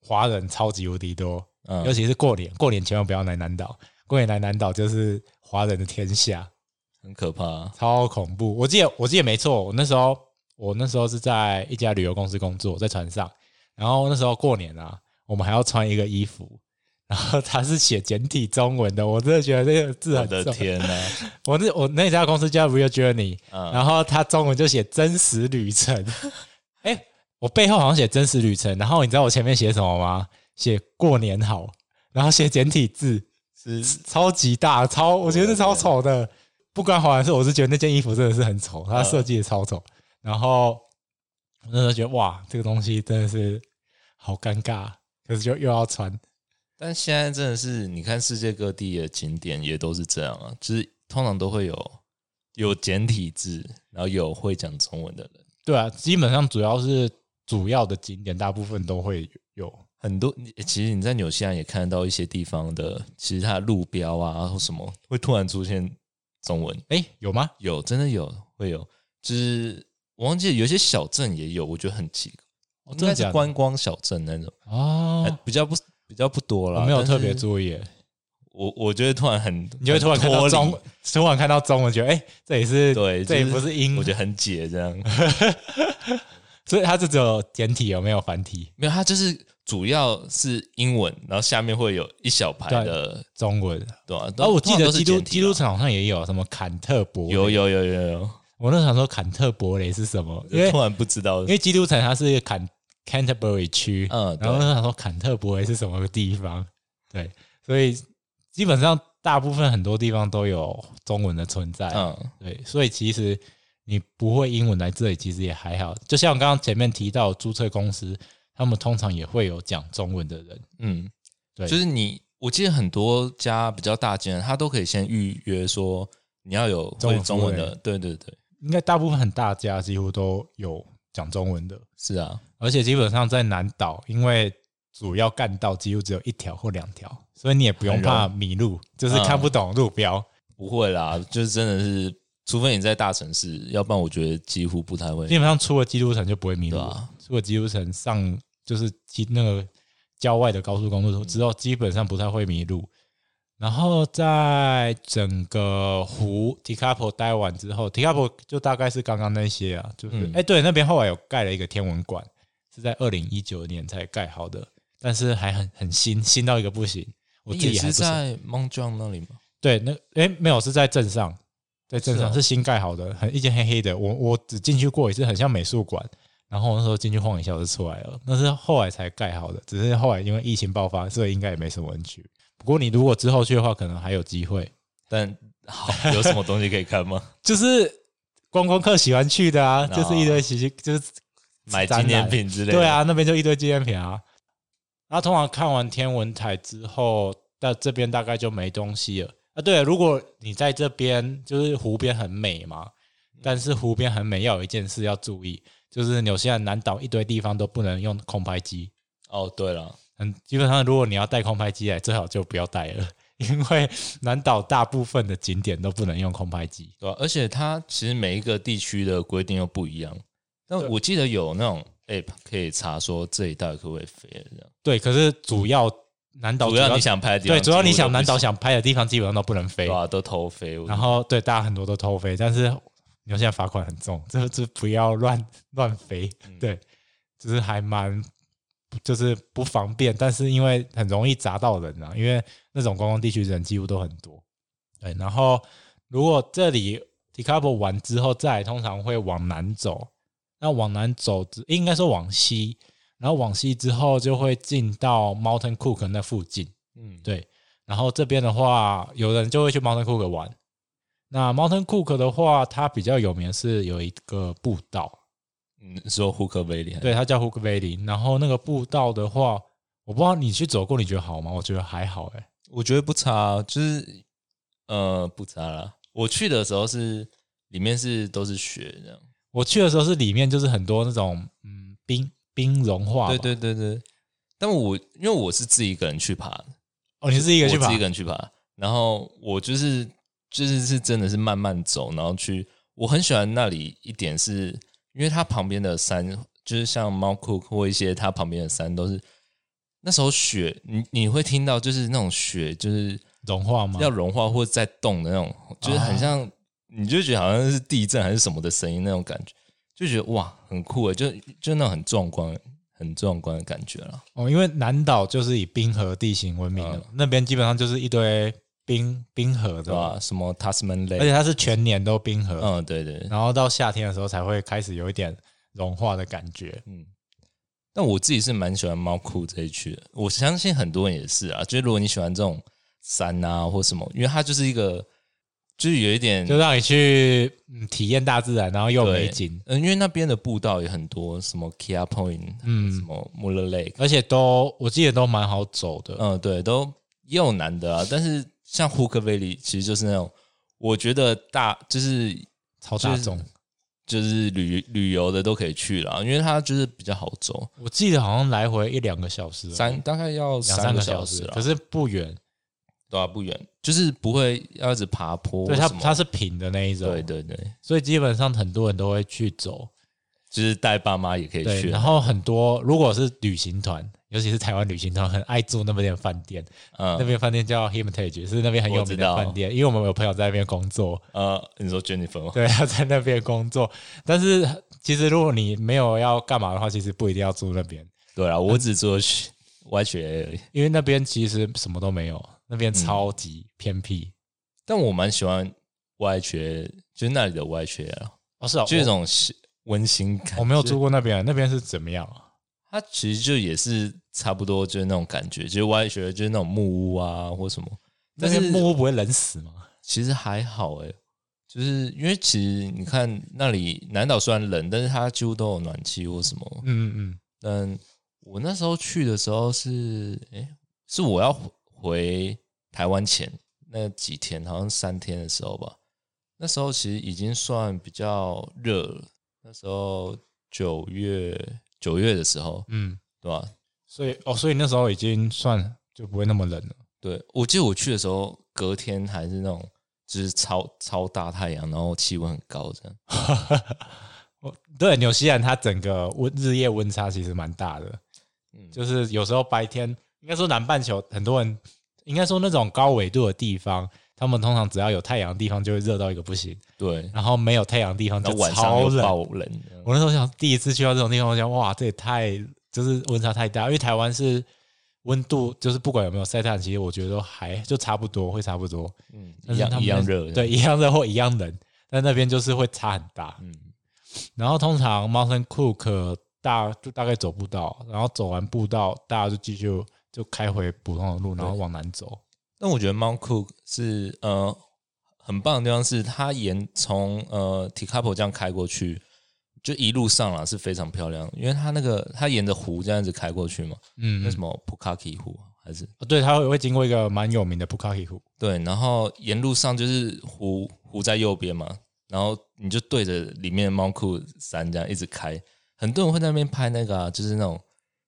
B: 华人超级无敌多，
C: 嗯
B: 尤其是过年，过年千万不要来南岛，过年来南岛就是华人的天下。
C: 很可怕、啊。
B: 超恐怖！我记得我记得没错，我那时候我那时候是在一家旅游公司工作，在船上，然后那时候过年啊，我们还要穿一个衣服， 然后它是写简体中文的，我真的觉得这个字
C: 我
B: 很
C: 的
B: 重。
C: 天呐、
B: 我那我那家公司叫 Real Journey，、
C: 嗯
B: 然后它中文就写真实旅程。 哎、我背后好像写真实旅程，然后你知道我前面写什么吗？写过年好，然后写简体字，
C: 是
B: 超级大，超我觉得是超丑的。不管好还是，我是觉得那件衣服真的是很丑，它
C: 啊
B: 设计也超丑。然后我那时候觉得哇，这个东西真的是好尴尬，可是就又要穿。
C: 但现在真的是，你看世界各地的景点也都是这样啊，就是通常都会有有简体字，然后有会讲中文的人，
B: 对啊，基本上主要是主要的景点，大部分都会有。
C: 很多。你其实你在纽西兰也看得到一些地方的，其实它的路标啊或什么会突然出现中文，
B: 哎，有吗？
C: 有真的有会有，就是我忘记了有些小镇也有，我觉得很奇怪，应
B: 哦真的
C: 该
B: 假
C: 是
B: 的
C: 观光小镇那种，还
B: 哦，
C: 比较不比较不多
B: 我
C: 啦。
B: 没有
C: 但
B: 特别
C: 是
B: 注意，
C: 我我觉得突然很，
B: 你就会突然看
C: 很脱
B: 到
C: 离
B: 中，突然看到中文，觉得哎，这也是
C: 对，
B: 这也
C: 就
B: 不是英
C: 我觉
B: 文，
C: 得很解这样。
B: 所以它是只有简体，有没有繁体？
C: 没有，它就是主要是英文，然后下面会有一小排的，
B: 中文，
C: 对啊吧、
B: 哦然后我记得基督
C: 督
B: 基督城好像也有什么坎特伯，
C: 有，有有有有，
B: 我那时候想说坎特伯雷是什么，因为
C: 就突然不知道
B: 因为基督城它是一个坎 Canterbury 区，
C: 嗯对
B: 然后那时候想说坎特伯雷是什么个地方，对，所以基本上大部分很多地方都有中文的存在，
C: 嗯
B: 对，所以其实你不会英文来这里其实也还好，就像刚刚前面提到注册公司，他们通常也会有讲中文的人，
C: 嗯，
B: 对
C: 就是你，我记得很多家比较大间的，他都可以先预约说你要有
B: 中文
C: 会中文
B: 服务
C: 的，对对对，
B: 应该大部分很大家几乎都有讲中文的。
C: 是啊，
B: 而且基本上在南岛，因为主要干道几乎只有一条或两条，所以你也不用怕迷路，就是看不懂路标。
C: 不会啦，就是真的是，除非你在大城市，要不然我觉得几乎不太会
B: 基。本上出了基督城就不会迷路了，
C: 对啊
B: 出了基督城上就是基那个郊外的高速公路
C: 嗯
B: 之后，基本上不太会迷路。然后在整个湖 t i k a p o 待完之后 t i k a p o 就大概是刚刚那些啊，就是哎、
C: 嗯
B: 诶对，那边后来有盖了一个天文馆，是在二零一九年才盖好的，但是还很很新，新到一个不行。我自
C: 你
B: 己
C: 也
B: 还不
C: 是
B: 熟
C: 在 Mont John 那里吗？
B: 对，那诶没有是在镇上，在镇上
C: 是哦
B: 是新盖好的，很一间黑黑的。我我只进去过一次，很像美术馆。然后我那时候进去晃一下我就出来了，那是后来才盖好的，只是后来因为疫情爆发，所以应该也没什么人去。不过你如果之后去的话，可能还有机会，
C: 但 好，有什么东西可以看 吗？
B: 就是观光客喜欢去的啊，
C: 哦
B: 就是一堆奇奇，就是
C: 买纪
B: 展
C: 念
B: 览
C: 品之类的。
B: 对啊，那边就一堆纪念品啊。那通常看完天文台之后，到这边大概就没东西了啊。对了如果你在这边，就是湖边很美嘛，
C: 嗯
B: 但是湖边很美，要有一件事要注意，就是纽西兰南岛一堆地方都不能用空拍机。
C: 哦，对了，
B: 嗯，基本上如果你要带空拍机来，哎最好就不要带了， 因为南岛大部分的景点都不能用空拍机。
C: 对、啊，而且它其实每一个地区的规定又不一样。但我记得有那种 app 可以查说这里到底可不可以飞，这样。
B: 对，可是主要南岛
C: 主要你想拍的地方，
B: 对，主要你想南岛
C: 想
B: 想拍的地方基本上都不能飞
C: 对。啊，都偷飞。我
B: 然后对大家很多都偷飞，但是纽西兰罚款很重， 这这不要乱 乱飞，对，就是还蛮就是不方便，但是因为很容易砸到人啊，因为那种观光地区人几乎都很多，对，然后如果这里 t i k a p o 完之后，再来通常会往南走，那往南走之应该说往西，然后往西之后就会进到 Mountain Cook 那附近，
C: 嗯，
B: 对，然后这边的话，有人就会去 Mountain Cook 玩。那 Mountain Cook 的话，它比较有名是有一个步道，
C: 嗯，你说 Hook Valley，
B: 对，它叫 Hook Valley。然后那个步道的话，我不知道你去走过，你觉得好吗？我觉得还好、欸，
C: 我觉得不
B: 啊
C: 差，就是呃不差啦。我去的时候是里面是都是雪这样，
B: 我去的时候是里面就是很多那种嗯冰冰融化，
C: 对，对对对。但我因为我是自己一个人去爬的，
B: 哦，你是一个去
C: 我
B: 爬
C: 自己一，个人去爬，然后我就是就是是真的是慢慢走，然后去。我很喜欢那里一点是，因为它旁边的山，就是像 Mount Cook 或一些它旁边的山，都是那时候雪，你你会听到就是那种雪，就是
B: 融化吗？
C: 要融化或者在动的那种，就是很像你就觉得好像是地震还是什么的声音那种感觉，就觉得哇，很酷诶，就就那种很壮观、很壮观的感觉啦。
B: 哦，因为南岛就是以冰河地形闻名
C: 嗯
B: 的，那边基本上就是一堆冰冰河的
C: 对
B: 嘛，
C: 吧？什么 Tasman
B: 而且
C: Lake，
B: 它是全年都冰河，
C: 嗯，对对对，
B: 然后到夏天的时候才会开始有一点融化的感觉。
C: 嗯。但我自己是蛮喜欢猫窟这一区的，我相信很多人也是啊。就是如果你喜欢这种山啊或什么，因为它就是一个，就是有一点
B: 就让你去、嗯、体验大自然，然后又有
C: 对
B: 美景，
C: 嗯，因为那边的步道也很多，什么 Kia Point，
B: 嗯
C: 嗯，什么 m u l l e Lake，
B: 而且都我记得都蛮好走的。
C: 嗯，对，都也有难的啊。但是像 Hooker Valley，其实就是那种，我觉得大就是
B: 超大众。
C: 就是旅旅游的都可以去了，因为它就是比较好走，
B: 我记得好像来回一两个小时而已，
C: 三大概要
B: 两
C: 三
B: 三个
C: 个小
B: 小
C: 时
B: 时，啊
C: 了
B: 可，是不远，
C: 对啊，不远，就是不会要一直爬坡或
B: 对
C: 什么，
B: 它它是平的那一种，
C: 对对对，
B: 所以基本上很多人都会去走。
C: 就是带爸妈也可以
B: 对，
C: 去啊
B: 然，后很多如果是旅行团，尤其是台湾旅行团，很爱住那边的饭店，那
C: 嗯
B: 边饭店叫 Hermitage，是那边很有
C: 我知
B: 名的
C: 道
B: 饭店，因为我们有朋友在那边工作，
C: 呃，你说 Jennifer 吗？
B: 对，他在那边工作。但是其实如果你没有要干嘛的话，其实不一定要住那边，
C: 对啊，我只做 YHA 而已。
B: 因为那边其实什么都没有，那边超级偏僻。
C: 但我蛮喜欢 Y 学，就是那里的 Y 学啊，
B: 哦，是啊，
C: 就有一种西温馨感。
B: 我我没有住，过那边，那边是怎么样啊？
C: 它其实就也是差不多，就是那种感觉，就是 Y 学就是那种木屋啊或什么。
B: 那
C: 但是
B: 边木屋不会冷死吗？
C: 其实还好诶、就是因为其实你看那里南岛虽然冷，但是它几乎都有暖气或什么。
B: 嗯嗯
C: 但我那时候去的时候是，诶、是我要回回台湾前那几天，好像三天的时候吧。那时候其实已经算比较热了，那时候九月九月的时候，
B: 嗯嗯，
C: 对吧？
B: 所以哦，所以那时候已经算就不会那么冷了。
C: 对，我记得我去的时候，隔天还是那种就是超超大太阳，然后气温很高这样。
B: 哦，对，纽西兰它整个温日夜温差其实蛮大的，
C: 嗯，
B: 就是有时候白天，应该说南半球很多人，应该说那种高纬度的地方，他们通常只要有太阳的地方就会热到一个不行，
C: 对，
B: 然后没有太阳的地方
C: 然
B: 就
C: 后晚上
B: 超
C: 又
B: 冷。
C: 爆冷这样。
B: 我那时候想第一次去到这种地方，我想哇，这也太就是温差太大，因为台湾是温度就是不管有没有晒太阳，其实我觉得都还就差不多，会差不多，
C: 嗯，
B: 但
C: 一
B: 是他
C: 样
B: 们
C: 一样热。
B: 对，，一样热或一样冷，但那边就是会差很大。
C: 嗯，
B: 然后通常 Mountain Cook 大就大概走步道，然后走完步道，大家就继续就开回普通的路，然后往南走。
C: 但我觉得 Mount Cook 是呃很棒的地方是，它沿从呃 t i k a p o 这样开过去，就一路上啦是非常漂亮，因为它那个它沿着湖这样子开过去嘛，
B: 嗯，
C: 那什么 Pukaki 湖啊还是
B: 对，它会会经过一个蛮有名的 Pukaki 湖，
C: 对，然后沿路上就是湖湖在右边嘛，然后你就对着里面的 Mount Cook 山这样一直开，很多人会在那边拍那个、啊，就是那种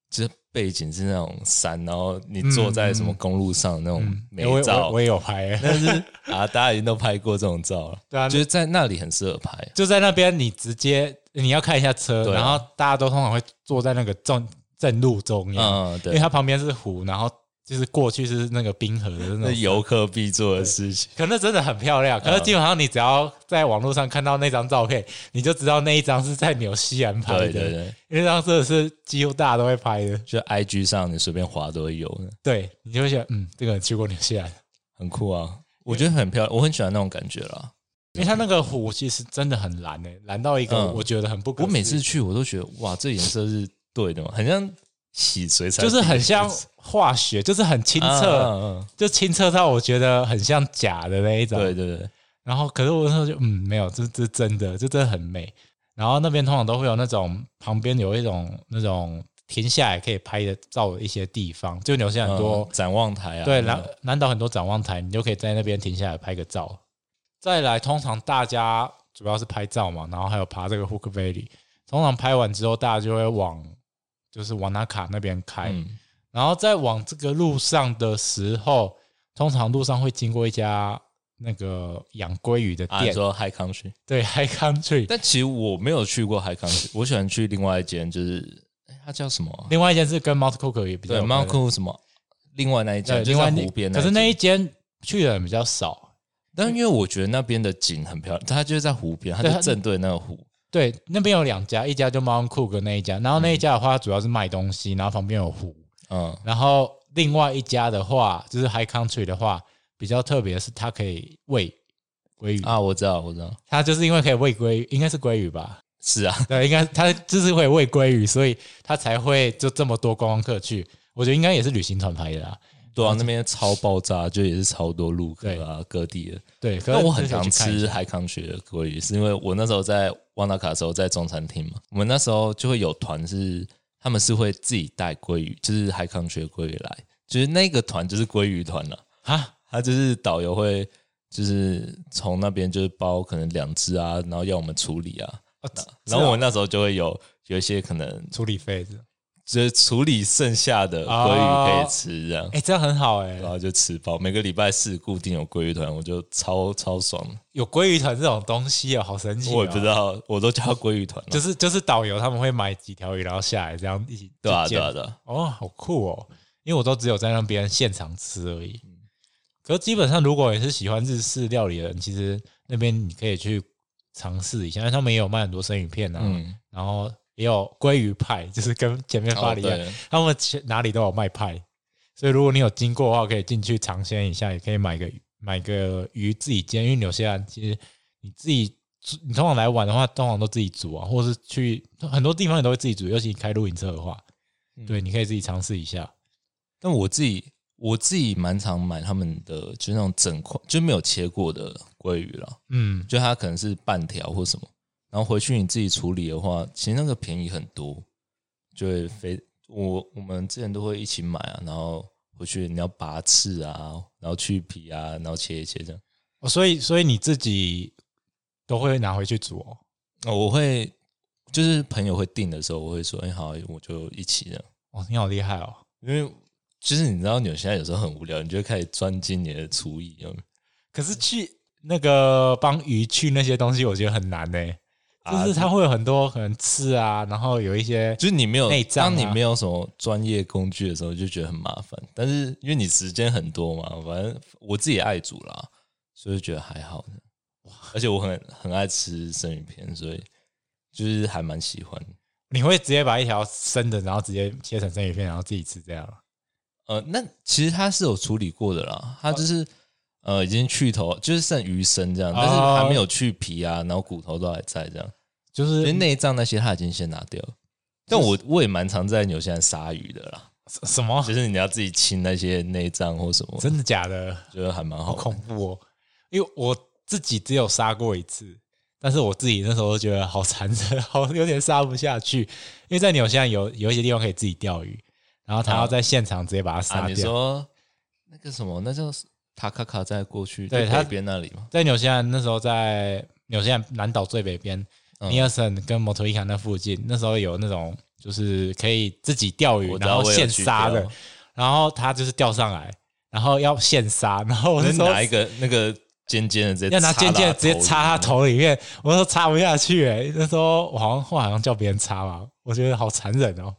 C: 就是背景是那种山，然后你坐在
B: 嗯
C: 什么公路上那种嗯美
B: 我
C: 照。
B: 我我也有拍、 欸，
C: 但是啊，大家已经都拍过这种照了，
B: 对啊
C: 就是在那里很适合拍。
B: 就在那边你直接你要看一下车，
C: 对啊
B: 然后大家都通常会坐在那个正正路中央，
C: 嗯，
B: 因为
C: 对，
B: 它旁边是湖，然后就是过去是那个冰河的那
C: 那
B: 种。
C: 游客必做的事情。
B: 可那真的很漂
C: 嗯
B: 亮，可是基本上你只要在网络上看到那张照片，你就知道那一张是在纽西兰拍的。
C: 对对对，
B: 因为当时是几乎大家都会拍的，
C: 就 IG 上你随便滑都会有的，
B: 对你就会觉得，嗯，这个人去过纽西兰，
C: 很酷啊！我觉得很漂亮，我很喜欢那种感觉啦。
B: 因为它那个湖其实真的很蓝诶、蓝到一个
C: 嗯
B: 我觉得很不可
C: 我
B: 思议
C: 每次去我都觉得，哇，这颜色是对的嘛，很像洗水彩，
B: 就是很像化学，就是很清
C: 啊
B: 澈，
C: 啊啊
B: 就清澈到我觉得很像假的那一种。
C: 对对对，
B: 然后，可是我那时候就嗯，没有，这这真的，这真的很美。然后那边通常都会有那种旁边有一种那种停下来可以拍的照的一些地方，就纽西兰很多、
C: 嗯展望台啊，
B: 对，
C: 然
B: 南南岛很多展望台，你就可以在那边停下来拍个照。再来，通常大家主要是拍照嘛，然后还有爬这个 Hook Valley。通常拍完之后，大家就会往就是瓦纳卡那边开，
C: 嗯
B: 然后再往这个路上的时候，通常路上会经过一家那个养鲑鱼的
C: 啊，你
B: 店，
C: 说 High Country，
B: 对，High Country。
C: 但其实我没有去过 High Country，我喜欢去另外一间，就是哎它叫什么啊？
B: 另外一间是跟 Mount Cook 也比较
C: 对
B: 有关
C: 猫
B: 的
C: 库什么，另外那一家
B: 对，
C: 就
B: 另外
C: 在
B: 那
C: 湖边，
B: 可是那一间去的人比较少，
C: 但因为我觉得那边的景很漂亮，它就是在湖边，它
B: 对
C: 就
B: 它
C: 正对那个湖。
B: 对，那边有两家，一家就 Mount Cook 那一家，然后那一家的话主要是卖东西，然后旁边有湖，
C: 嗯，
B: 然后另外一家的话就是 High Country 的话，比较特别的是它可以喂鲑鱼，
C: 啊，我知道，我知道，
B: 它就是因为可以喂鲑鱼，应该是鲑鱼吧？
C: 是啊，
B: 对，应该它就是会喂鲑鱼，所以它才会就这么多观光客去。我觉得应该也是旅行团拍的啦，
C: 对 啊，那边超爆炸，就也是超多陆客啊，各地的。
B: 对。可
C: 那
B: 是
C: 我很
B: 就是
C: 常
B: 去看一
C: 吃
B: 下，
C: 海康学的鲑鱼，是因为我那时候在万达卡的时候在中餐厅嘛，我们那时候就会有团是他们是会自己带鲑鱼，就是海康学鲑鱼来，就是那个团就是鲑鱼团了、
B: 啊，
C: 他就是导游会就是从那边就是包可能两只啊，然后要我们处理啊，
B: 哦
C: 然后我
B: 是啊
C: 那时候就会有有一些可能
B: 处理费子，
C: 就是处理剩下的
B: 啊
C: 鲑鱼可以吃这样。
B: 哎，这样很好哎、
C: 然后就吃饱，每个礼拜四固定有鲑鱼团，我就超超爽的。
B: 有鲑鱼团这种东西哦，好神奇、哦！
C: 我也不知道，我都叫它鲑鱼团了。
B: 就是就是导游他们会买几条鱼，然后下来这样一起
C: 对啊，
B: 去
C: 对
B: 煎
C: 啊，对啊。
B: 哦，好酷哦！因为我都只有在那边现场吃而已。可是基本上，如果你是喜欢日式料理的人，其实那边你可以去尝试一下，因为他们也有卖很多生鱼片啊，
C: 嗯，
B: 然后也有鲑鱼派，就是跟前面巴
C: 哦
B: 黎一啊样，
C: 对
B: 他们其哪里都有卖派。所以如果你有经过的话，可以进去尝鲜一下，也可以买个买个鱼自己煎，因为纽西兰其实你自己煮你通常来玩的话，通常都自己煮啊，或是去很多地方你都会自己煮，尤其你开露营车的话，
C: 嗯
B: 对，你可以自己尝试一下。
C: 但我自己我自己蛮常买他们的，就是那种整块就没有切过的鲑鱼了，
B: 嗯，
C: 就它可能是半条或什么。然后回去你自己处理的话，其实那个便宜很多，就会非我我们之前都会一起买啊，然后回去你要拔刺啊，然后去皮啊，然后切一切这样。
B: 哦所以所以你自己都会拿回去煮哦。
C: 哦，我会就是朋友会订的时候，我会说，哎、好，我就一起的，
B: 哦，你好厉害哦！
C: 因为就是你知道纽西兰有时候很无聊，你就会开始钻进你的厨艺，有没有
B: 可是去那个帮鱼去那些东西，我觉得很难欸呢、
C: 啊
B: 就是它会有很多可能刺啊，然后有一些
C: 就是你没有
B: 内脏啊
C: 当你没有什么专业工具的时候，就觉得很麻烦。但是因为你时间很多嘛，反正我自己也爱煮啦，所以就觉得还好的。而且我很很爱吃生鱼片，所以就是还蛮喜欢。
B: 你会直接把一条生的，然后直接切成生鱼片，然后自己吃这样？
C: 呃，那其实它是有处理过的啦，它就是、呃已经去头，就是剩鱼身这样，但是还没有去皮啊，然后骨头都还在这样，
B: 就
C: 所以
B: 是
C: 内脏那些它已经先拿掉了。但我我也蛮常在纽西兰杀鱼的啦，
B: 什什么
C: 就？是你要自己清那些内脏或什么，
B: 真的假的？
C: 觉得还蛮好啊
B: 好
C: 玩。
B: 恐怖哦！因为我自己只有杀过一次，但是我自己那时候觉得好残忍， 好有点杀不下去。因为在纽西兰有有一些地方可以自己钓鱼，然后他要在现场直接把它杀
C: 啊啊，你
B: 掉。
C: 说那个什么，那叫塔卡卡在过去
B: 对
C: 在
B: 它
C: 北边那里嘛，
B: 在纽西兰那时候在纽西兰南岛最北边，
C: 嗯
B: 尼尔森跟摩托伊卡那附近，那时候有那种就是可以自己钓鱼，
C: 我知
B: 然
C: 道
B: 后
C: 我有
B: 现
C: 去
B: 杀的
C: 钓，
B: 然后他就是钓上来，然后要现杀，然后我
C: 那
B: 那
C: 是
B: 时候
C: 拿一个那个尖尖的直接
B: 要拿
C: 插
B: 尖
C: 到
B: 尖
C: 它
B: 的直接
C: 头
B: 插
C: 里
B: 他
C: 面
B: 头里面，我都插不下去哎、那时候我好像后来好像叫别人插嘛，我觉得好残忍哦。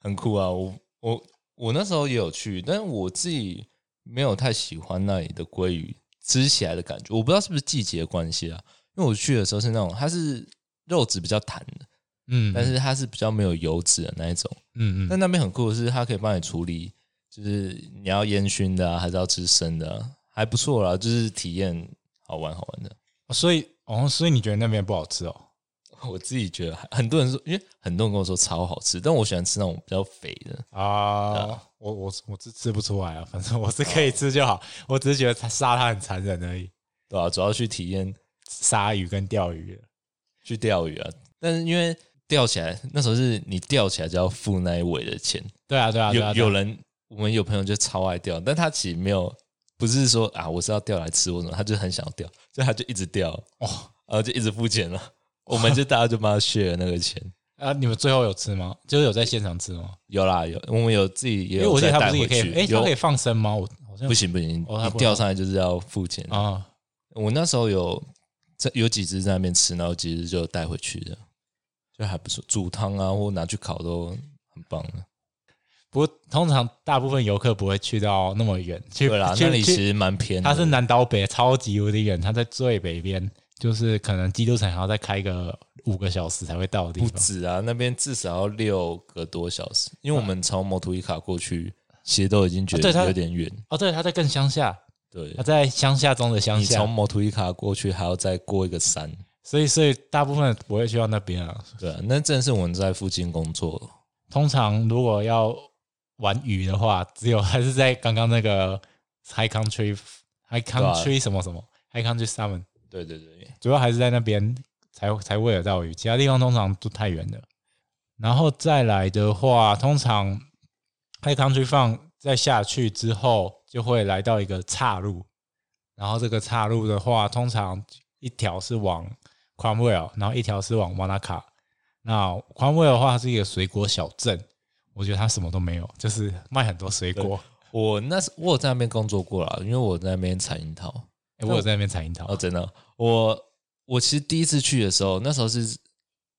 C: 很酷啊！我我我那时候也有去，但是我自己没有太喜欢那里的鲑鱼吃起来的感觉，我不知道是不是季节关系啊。因为我去的时候是那种它是肉质比较弹的，
B: 嗯，
C: 但是它是比较没有油脂的那一种。
B: 嗯嗯，
C: 但那边很酷的是，它可以帮你处理，就是你要烟熏的、啊、还是要吃生的啊、还不错啦，就是体验好玩好玩的。
B: 所以哦，所以你觉得那边不好吃哦？
C: 我自己觉得还很多人说，因为很多人跟我说超好吃，但我喜欢吃那种比较肥的。
B: 啊、
C: 啊
B: 我我我是吃不出来啊，反正我是可以吃就好，我只是觉得他杀他很残忍而已，
C: 对吧、主要去体验
B: 杀鱼跟钓鱼。
C: 去钓鱼啊，但是因为钓起来那时候是你钓起来就要付那一尾的钱，
B: 对啊对啊，对啊
C: 有有
B: 对啊
C: 人我们有朋友就超爱钓，但他其实没有不是说啊我是要钓来吃或什么，他就很想要钓，所以他就一直钓，
B: 哇
C: 然后就一直付钱了，我们就大家就帮他 share 那个钱，
B: 啊，你们最后有吃吗？就是有在现场吃吗？
C: 有啦有，我们有自己也
B: 因为我
C: 有
B: 记得
C: 再
B: 他
C: 带
B: 不是也
C: 回
B: 可以，
C: 去，
B: 哎，他
C: 有
B: 可以放生吗？我好像
C: 不行不行，
B: 哦他
C: 你
B: 不
C: 钓上来就是要付钱。
B: 啊，
C: 我那时候有在有几只在那边吃，然后几只就带回去的，就还不错，煮汤啊或拿去烤都很棒的。
B: 不过通常大部分游客不会去到那么远，去
C: 对啦，
B: 去
C: 那里
B: 去
C: 其实蛮偏的。
B: 它是南岛北超级无敌远，它在最北边，就是可能基督城还要再开个五个小时才会到的地
C: 不
B: 方。
C: 止啊，那边至少要六个多小时，因为我们从摩图伊卡过去，其实都已经觉
B: 啊对它
C: 得有点远。
B: 哦，对，它在更乡下，
C: 对
B: 它，在乡下中的乡
C: 你
B: 下
C: 从，摩图伊卡过去还要再过一个山，
B: 所以所以大部分人不会去到那边啊。
C: 对啊，那正是我们在附近工作。
B: 通常如果要玩鱼的话，只有还是在刚刚那个 High Country High
C: 啊
B: Country 什么什么 High Country Summon，
C: 对对对，
B: 主要还是在那边才才喂得到鱼，其他地方通常都太远了。然后再来的话，通常 High Country 放再下去之后，就会来到一个岔路，然后这个岔路的话，通常一条是往 Cromwell，然后一条是往 Wanaka。那 Cromwell 的话是一个水果小镇，我觉得它什么都没有，就是卖很多水果。
C: 我那时我有在那边工作过啦，因为我在那边采樱桃。
B: 诶我有在那边采樱桃
C: 哦，，真的，我我其实第一次去的时候，那时候是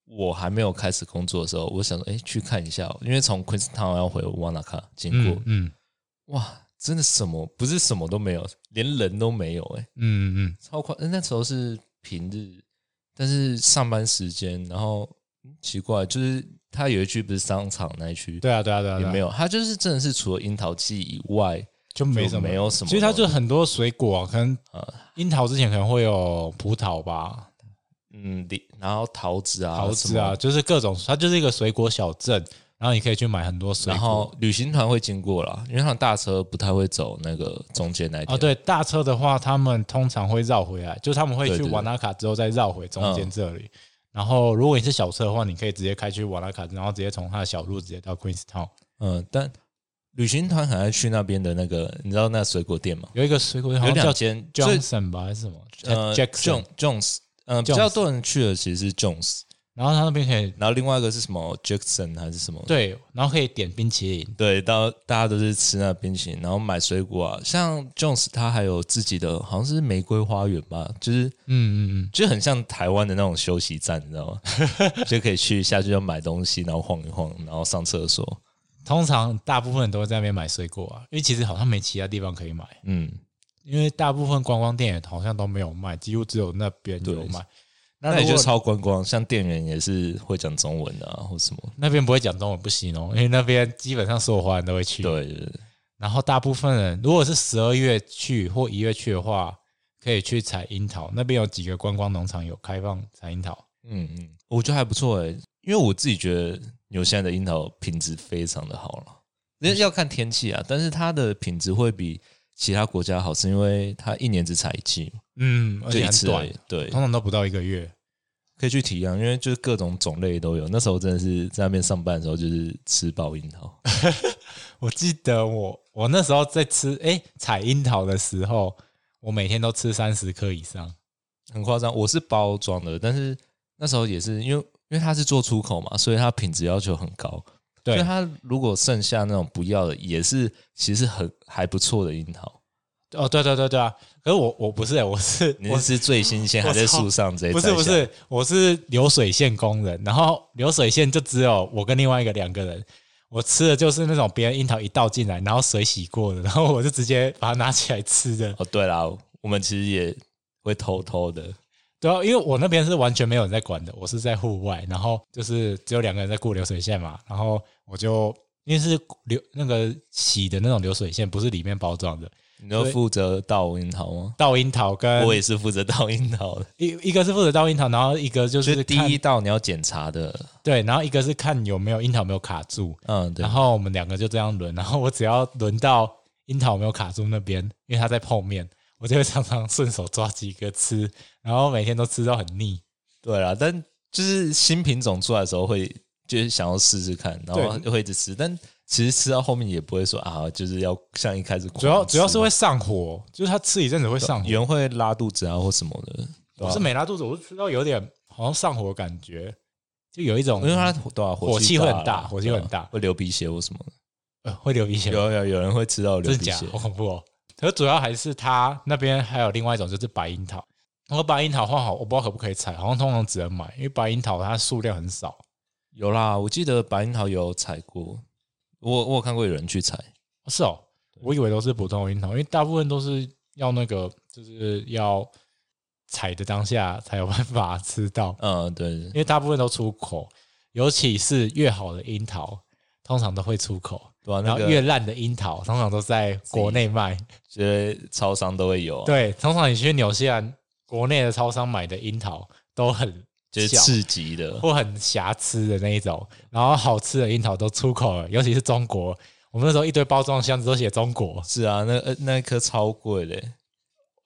C: 我还没有开始工作的时候，我想说，哎、去看一下哦，因为从 Queenstown 要回 Wanaka 经过，
B: 嗯嗯
C: 哇，真的什么不是什么都没有，连人都没有、诶哎，
B: 嗯嗯，
C: 超快、呃那时候是平日，但是上班时间，然后嗯奇怪，就是它有一区不是商场那一区，
B: 对啊对啊对啊，
C: 也
B: 对啊
C: 没有，它就是真的是除了樱桃季以外，
B: 就没什么，
C: 没有什么
B: 其实它就很多水果，啊可能
C: 呃
B: 樱桃之前可能会有葡萄吧，
C: 嗯，梨然后桃子啊，
B: 桃子啊，，就是各种，它就是一个水果小镇，然后你可以去买很多水
C: 然
B: 果
C: 后。旅行团会经过啦，因为他们大车不太会走那个中间那一条。
B: 啊，，对，大车的话，他们通常会绕回来，就是他们会
C: 对
B: 去
C: 对嗯对
B: 瓦纳卡之后再绕回中间这里。然后，如果你是小车的话，你可以直接开去瓦纳卡，然后直接从它的小路直接到 Queenstown。
C: 嗯，但旅行团很爱去那边的那个，你知道那水果店吗？
B: 有一个水果店好
C: 有
B: 像叫
C: 两间，最
B: Johnson 吧，还是什么
C: 呃
B: Jackson？
C: Jones Jones，嗯，比较多人去的其实是 Jones，
B: 然后他那边可以
C: 然后另外一个是什么 Jackson 还是什么？
B: 对，然后可以点冰淇淋。
C: 对，到大家都是吃那冰淇淋，然后买水果啊。像 Jones 他还有自己的，好像是玫瑰花园吧，就是
B: 嗯嗯嗯，
C: 就很像台湾的那种休息站，你知道吗？ 就可以去下去要买东西，然后晃一晃，然后上厕所。
B: 通常大部分人都会在那边买水果啊，因为其实好像没其他地方可以买，
C: 嗯，
B: 因为大部分观光店也好像都没有卖，几乎只有那边有卖。那
C: 那
B: 如
C: 也
B: 果
C: 就超观光，像店员也是会讲中文的啊，或什么。
B: 那边不会讲中文不行哦，因为那边基本上所有华人都会去。，
C: 对，对对
B: 然后大部分人如果是十二月去或一月去的话，可以去采樱桃，那边有几个观光农场有开放采樱桃。
C: 嗯嗯，我觉得还不错哎、因为我自己觉得纽西兰的樱桃品质非常的好了，
B: 嗯
C: 那要看天气啊，但是它的品质会比其他国家好，是因为它一年只采一季，
B: 嗯，而
C: 就
B: 且
C: 一
B: 很
C: 次而
B: 短，。
C: 已
B: 嗯
C: 对，
B: 通常都不到一个月。
C: 可以去体验，因为就是各种种类都有。那时候真的是在那边上班的时候，就是吃爆樱桃。
B: 我记得我我那时候在吃诶采樱桃的时候，我每天都吃三十颗以上。
C: 很夸张。我是包装的，但是那时候也是因为因为它是做出口嘛，所以它品质要求很高。
B: 对
C: 所以它如果剩下那种不要的，也是其实很还不错的樱桃。
B: 哦，对对对对啊！可是我我不是、我是
C: 你
B: 我
C: 是最新 鲜，
B: 我
C: 还在树上直接
B: 不
C: 摘
B: 是
C: 下
B: 不是，我是流水线工人，然后流水线就只有我跟另外一个两个人。我吃的就是那种别人樱桃一倒进来，然后水洗过的，然后我就直接把它拿起来吃的。
C: 哦，对啦，我们其实也会偷偷的，
B: 对啊，因为我那边是完全没有人在管的，我是在户外，然后就是只有两个人在过流水线嘛，然后我就因为是流那个洗的那种流水线，不是里面包装的，
C: 你就负责倒樱桃吗？
B: 倒樱桃跟
C: 我也是负责倒樱桃的，
B: 一一个是负责倒樱桃，然后一个 就
C: 就是是第
B: 看
C: 一道你要检查的，
B: 对，然后一个是看有没有樱桃有没有卡住，
C: 嗯，对
B: 然，后我们两个就这样轮，然后我只要轮到樱桃有没有卡住那边，因为它在泡面，我就会常常顺手抓几个吃，然后每天都吃到很腻。
C: 对啦，但就是新品种出来的时候会就是想要试试看，然后就会一直吃，但其实吃到后面也不会说啊，就是要像一开始
B: 主要
C: 狂吃
B: 主要是会上火，就是它吃一阵子会上火。
C: 有人会拉肚子啊或什么的，
B: 我是没拉肚子，我是吃到有点好像上火的感觉，就有一种
C: 因为它对啊
B: 火气
C: 气
B: 会
C: 大
B: 很大火气会很大
C: 对啊会流鼻血或什么的。
B: 呃会流鼻血，
C: 有有有人会吃到流
B: 真
C: 鼻
B: 假
C: 血
B: 好， 恐怖哦。可是主要还是它那边还有另外一种就是白樱桃，然后白樱桃换好我不知道可不可以采，好像通常只能买，因为白樱桃它数量很少。
C: 有啦，我记得白樱桃有采过，我我有看过有人去踩，
B: 是哦，我以为都是普通的樱桃，因为大部分都是要那个就是要采的当下才有办法 吃到，
C: 嗯，对
B: 因，为大部分都出口，尤其是越好的樱桃，通常都会出口。
C: 对啊，
B: 然
C: 那
B: 后越
C: 个
B: 烂的樱桃，通常都在国内卖。
C: 这些超商都会有、啊，，
B: 对，通常你去纽西兰国内的超商买的樱桃都很
C: 就是
B: 小
C: 刺 激的，
B: 或很瑕疵的那一种，然后好吃的樱桃都出口了，尤其是中国。我们那时候一堆包装箱子都写中国，
C: 是啊，那呃那一颗超贵的、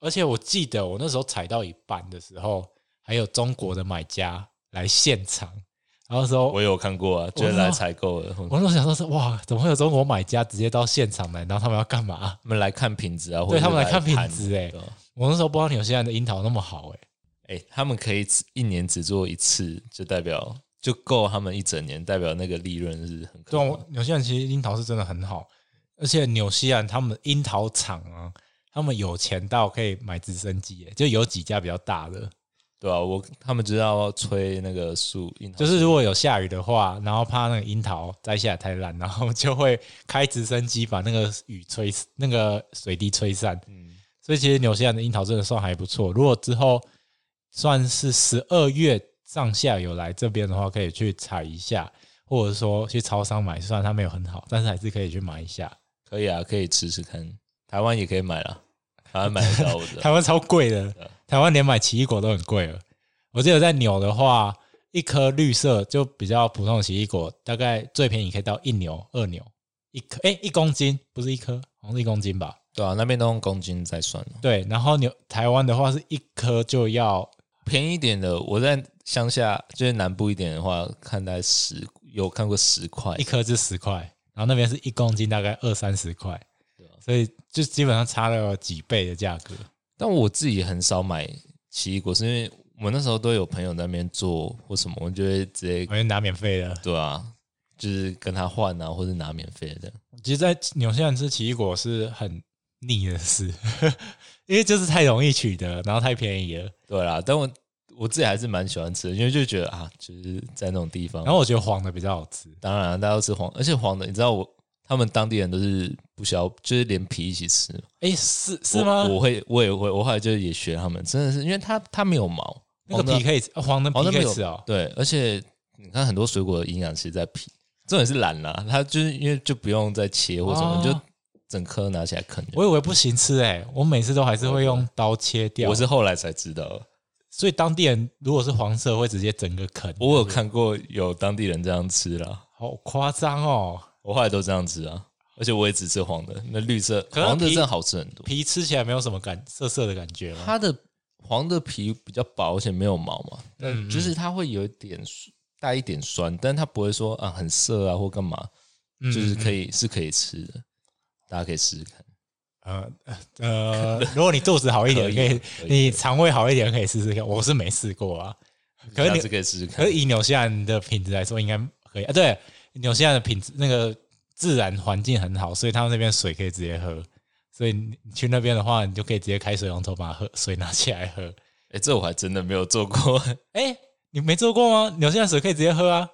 B: 而且我记得我那时候采到一半的时候，还有中国的买家来现场，然后说，
C: 我有看过啊，就是来采购的，
B: 我那
C: 我
B: 时候想说是哇，怎么会有中国买家直接到现场来？然后他们要干嘛？
C: 们来看品质啊，或
B: 对
C: 者
B: 他们来
C: 来
B: 看品
C: 谈
B: 质欸
C: 对啊
B: 我那时候不知道纽西兰的樱桃那么好哎、
C: 哎、他们可以只一年只做一次，就代表就够他们一整年，代表那个利润是很可
B: 对啊，
C: 观
B: 我纽西兰其实樱桃是真的很好，而且纽西兰他们樱桃厂啊，他们有钱到可以买直升机、欸，就有几家比较大的，
C: 对啊，我他们知道吹那个树樱桃
B: 就是如果有下雨的话，然后怕那个樱桃摘下来太烂，然后就会开直升机把那个雨吹那个水滴吹散。
C: 嗯
B: 所以其实纽西兰的樱桃真的算还不错。如果之后算是十二月上下有来这边的话，可以去采一下，或者说去超商买，虽然它没有很好，但是还是可以去买一下。
C: 可以啊，可以吃吃看，台湾也可以买啦，台湾买得到我 知
B: 台
C: 道，
B: 湾超贵的
C: 对，
B: 台湾连买奇异果都很贵了。我记得在纽的话，一颗绿色就比较普通的奇异果，大概最便宜可以到一牛、二牛一颗，哎、一公斤不是一颗，好像是一公斤吧？
C: 对啊，那边都用公斤在算哦了，
B: 对，然后纽台湾的话是一颗就要
C: 便宜一点的，我在乡下就是南部一点的话，看大概十有看过十块
B: 一，颗是十块，然后那边是一公斤大概二三十块，所以就基本上差了几倍的价格。
C: 但我自己很少买奇异果，是因为我那时候都有朋友在那边做或什么，我就会直接
B: 我就拿免费的。
C: 对啊，就是跟他换啊，或者拿免费的这样。
B: 其实，在纽西兰吃奇异果是很腻的事，因为就是太容易取得，然后太便宜了。
C: 对啦，但我我自己还是蛮喜欢吃的，因为就觉得啊，就是在那种地方，
B: 然后我觉得黄的比较好吃，
C: 当然啊大家都吃黄，而且黄的，你知道我他们当地人都是不削，就是连皮一起吃，
B: 哎，是是吗？
C: 我我会我也会，我后来就也学他们，真的是因为它它没有毛，
B: 那个
C: 黄的啊
B: 皮可以吃，黄的皮
C: 黄的
B: 可
C: 没
B: 以
C: 有
B: 吃哦。
C: 对，而且你看很多水果的营养其实在皮，重点是懒啦、它就是因为就不用再切或什么，
B: 哦
C: 你就整颗拿起来啃就。
B: 我以为不行吃哎、我每次都还是会用刀切掉。
C: 我是，后来才知道的，
B: 所以当地人如果是黄色，会直接整个啃。
C: 我有看过有当地人这样吃啦，
B: 好夸张哦！
C: 我后来都这样吃啊，而且我也只吃黄的，那绿色
B: 是
C: 黄的
B: 皮
C: 真的好吃很多，
B: 皮吃起来没有什么感涩涩的感觉吗？
C: 它的黄的皮比较薄，而且没有毛嘛，
B: 嗯嗯
C: 就是它会有一点酸带一点酸，但它不会说啊很涩啊或干嘛，
B: 嗯
C: 就是可以是可以吃的，大家可以试试看。
B: 呃呃，如果你肚子好一点，
C: 可以啊
B: 可以
C: 可以
B: 你肠胃好一点，可以试试看。我是没试过啊，可是
C: 下
B: 你
C: 次可以试试
B: 可
C: 看
B: 是。以纽西兰的品质来说，应该可以啊。对，纽西兰的品质那个自然环境很好，所以他们那边水可以直接喝。所以你你去那边的话，你就可以直接开水龙头把喝水拿起来喝。
C: 哎、这我还真的没有做过
B: 哎，你没做过吗？纽西兰水可以直接喝啊，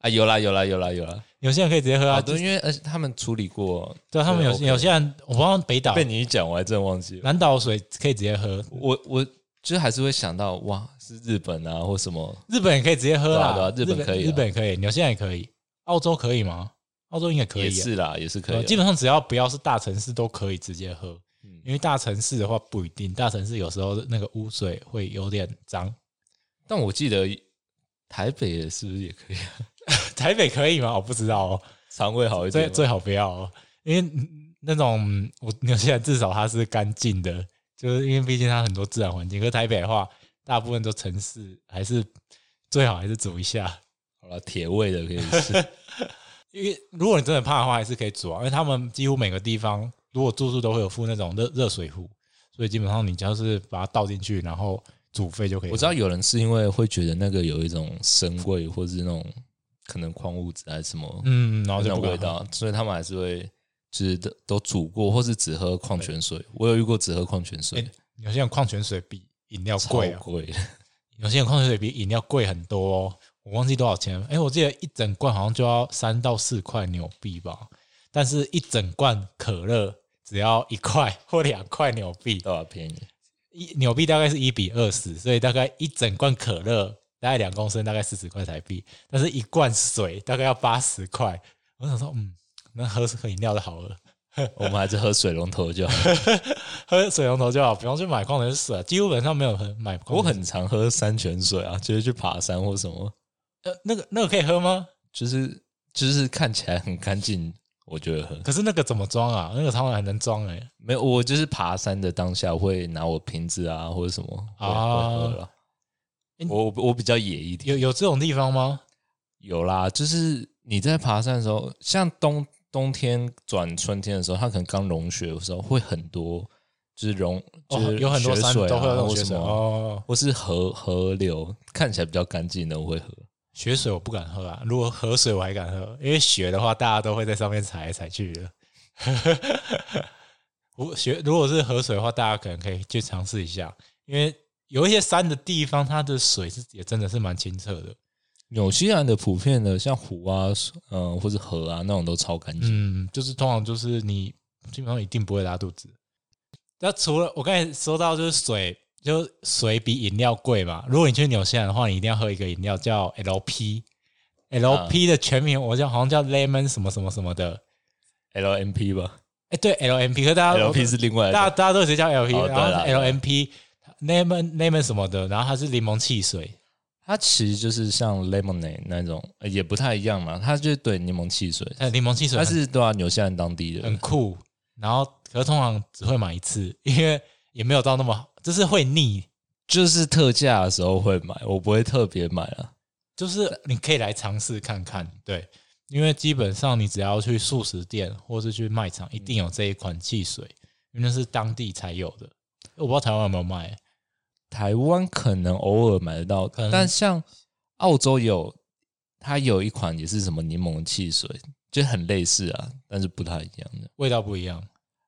C: 啊，有啦有啦有啦有啦，
B: 纽西兰可以直接喝啊。
C: 啊，对，因为而且他们处理过，
B: 对，他们有
C: OK
B: 纽西兰，我不知道北岛
C: 被你一讲我还真忘记了，
B: 南岛水可以直接喝，
C: 我我就是还是会想到哇是日本啊或什么，
B: 日本也可以直接喝啦，
C: 对啊对啊日本可以啊
B: 日本也可以，纽西兰也可以，澳洲可以吗？澳洲应该可以、
C: 也
B: 啊，
C: 是啦也是可
B: 呃
C: 以
B: 基
C: 啊，
B: 本上只要不要是大城市都可以直接喝，
C: 嗯
B: 因为大城市的话不一定，大城市有时候那个污水会有点脏。
C: 但我记得台北是不是也可以、啊？
B: 台北可以吗？我不知道哦，
C: 肠胃好一点
B: 最
C: 吗，
B: 最好不要哦，因为嗯那种我纽西兰至少它是干净的，就是因为毕竟它很多自然环境，可是台北的话，大部分都城市还是最好还是煮一下。
C: 好了，铁胃的可以 吃。
B: 因为如果你真的怕的话，还是可以煮啊，因为他们几乎每个地方如果住宿都会有附那种热热水壶，所以基本上你只要是把它倒进去，然后煮沸就可以了。
C: 我知道有人是因为会觉得那个有一种生味，或是那种可能矿物质还是什么，
B: 嗯，然后
C: 那
B: 就
C: 种
B: 不敢
C: 味
B: 喝。
C: 道，所以他们还是会就是都都煮过，或是只喝矿泉水。我有遇过只喝矿泉水
B: 哎，有些人矿泉水比饮料
C: 超
B: 贵、啊，
C: 贵。
B: 有些人矿泉水比饮料贵很多哦。我忘记多少钱了，哎，我记得一整罐好像就要三到四块纽币吧，但是一整罐可乐只要一块或两块纽币，
C: 对吧、便宜，
B: 一纽币大概是一比二十，所以大概一整罐可乐大概两公升，大概四十块台币，但是一罐水大概要八十块。我想说，嗯，那喝喝饮料就好了，
C: 我们还是喝水龙头就好。
B: 喝水龙头就好，不用去买矿泉水啊，基本上没有很买 矿
C: 我
B: 泉水。
C: 很常喝山泉水啊，就是去爬山或什么，
B: 呃，那个那个可以喝吗？
C: 就是就是看起来很干净，我就会喝。
B: 可是那个怎么装啊？那个常常还能装哎、
C: 没有，我就是爬山的当下会拿我瓶子啊或者什么会
B: 啊
C: 会喝了
B: 诶。
C: 我我比较野一点，
B: 有有这种地方吗？
C: 有啦，就是你在爬山的时候，像冬冬天转春天的时候，它可能刚融雪的时候会很多，就是融，
B: 哦
C: 就是、，啊
B: 有很多山都会有那种
C: 或
B: 雪
C: 什
B: 水
C: 么，
B: 哦。
C: 或是河河流看起来比较干净的，我会喝。
B: 雪水我不敢喝啊，如果河水我还敢喝，因为雪的话，大家都会在上面踩来踩去的。如雪如果是河水的话，大家可能可以去尝试一下，因为有一些山的地方，它的水是也真的是蛮清澈的。
C: 纽西兰的普遍的像湖啊，嗯、或是河啊那种都超干净。
B: 嗯，就是通常就是你基本上一定不会拉肚子。那除了我刚才说到就是水，就水比饮料贵嘛。如果你去纽西兰的话，你一定要喝一个饮料叫 LP。LP 的全名我叫好像叫 lemon 什么什么什么的，
C: LMP 吧
B: 哎，对，LMP 和大家
C: ，LP 是另外
B: 大家
C: 的，
B: 大家都直接叫 LP，、
C: 哦对
B: 然后
C: 啦
B: 是 LMP lemon lemon 什么的，然后它是柠檬汽水，
C: 它其实就是像 lemonade 那种，呃也不太一样嘛。它就是对柠檬汽水，
B: 它呃柠檬汽水
C: 它
B: 很
C: 是对啊，纽西兰当地的
B: 很酷，然后可是通常只会买一次，因为也没有到那么好，就是会腻，
C: 就是特价的时候会买，我不会特别买啊。
B: 就是你可以来尝试看看，对，因为基本上你只要去素食店或是去卖场，一定
C: 嗯
B: 有这一款汽水，因为那是当地才有的，我不知道台湾有没有卖、
C: 台湾可能偶尔买得到，
B: 能
C: 但像澳洲有，它有一款也是什么柠檬汽水，就很类似啊，但是不太一样的。
B: 味道不一样，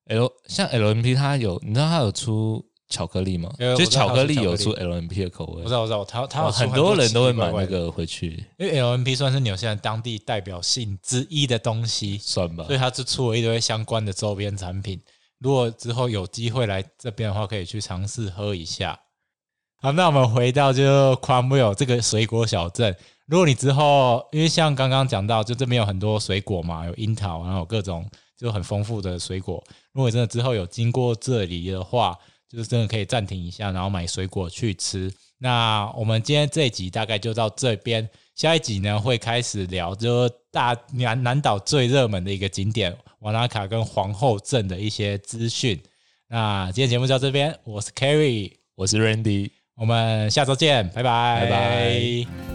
C: L 像 LMP 它有，你知道它有出巧克力吗？
B: 有我
C: 就
B: 知道
C: 巧克力
B: 它有
C: 有
B: 出
C: 出
B: 巧
C: LMP 的口
B: 我
C: 味
B: 知，道我知道，它它
C: 哦
B: 有出
C: 很多人都会
B: 奇奇怪
C: 买
B: 怪
C: 那
B: 的
C: 个回去，
B: 因为 LNP 算是纽西兰当地代表性之一的东西，
C: 算吧
B: 所以。它就出了一堆相关的周边产品。如果之后有机会来这边的话，可以去尝试喝一下。好，那我们回到就 c r a m w i l l 这个水果小镇。如果你之后，因为像刚刚讲到，就这边有很多水果嘛，有樱桃，然后有各种就很丰富的水果。如果你真的之后有经过这里的话，就是真的可以暂停一下，然后买水果去吃。那我们今天这一集大概就到这边，下一集呢会开始聊就是大南南岛最热门的一个景点瓦纳卡跟皇后镇的一些资讯。那今天节目就到这边，我是 Kerry，
C: 我是 Randy。
B: 我们下周见，拜拜，
C: 拜拜。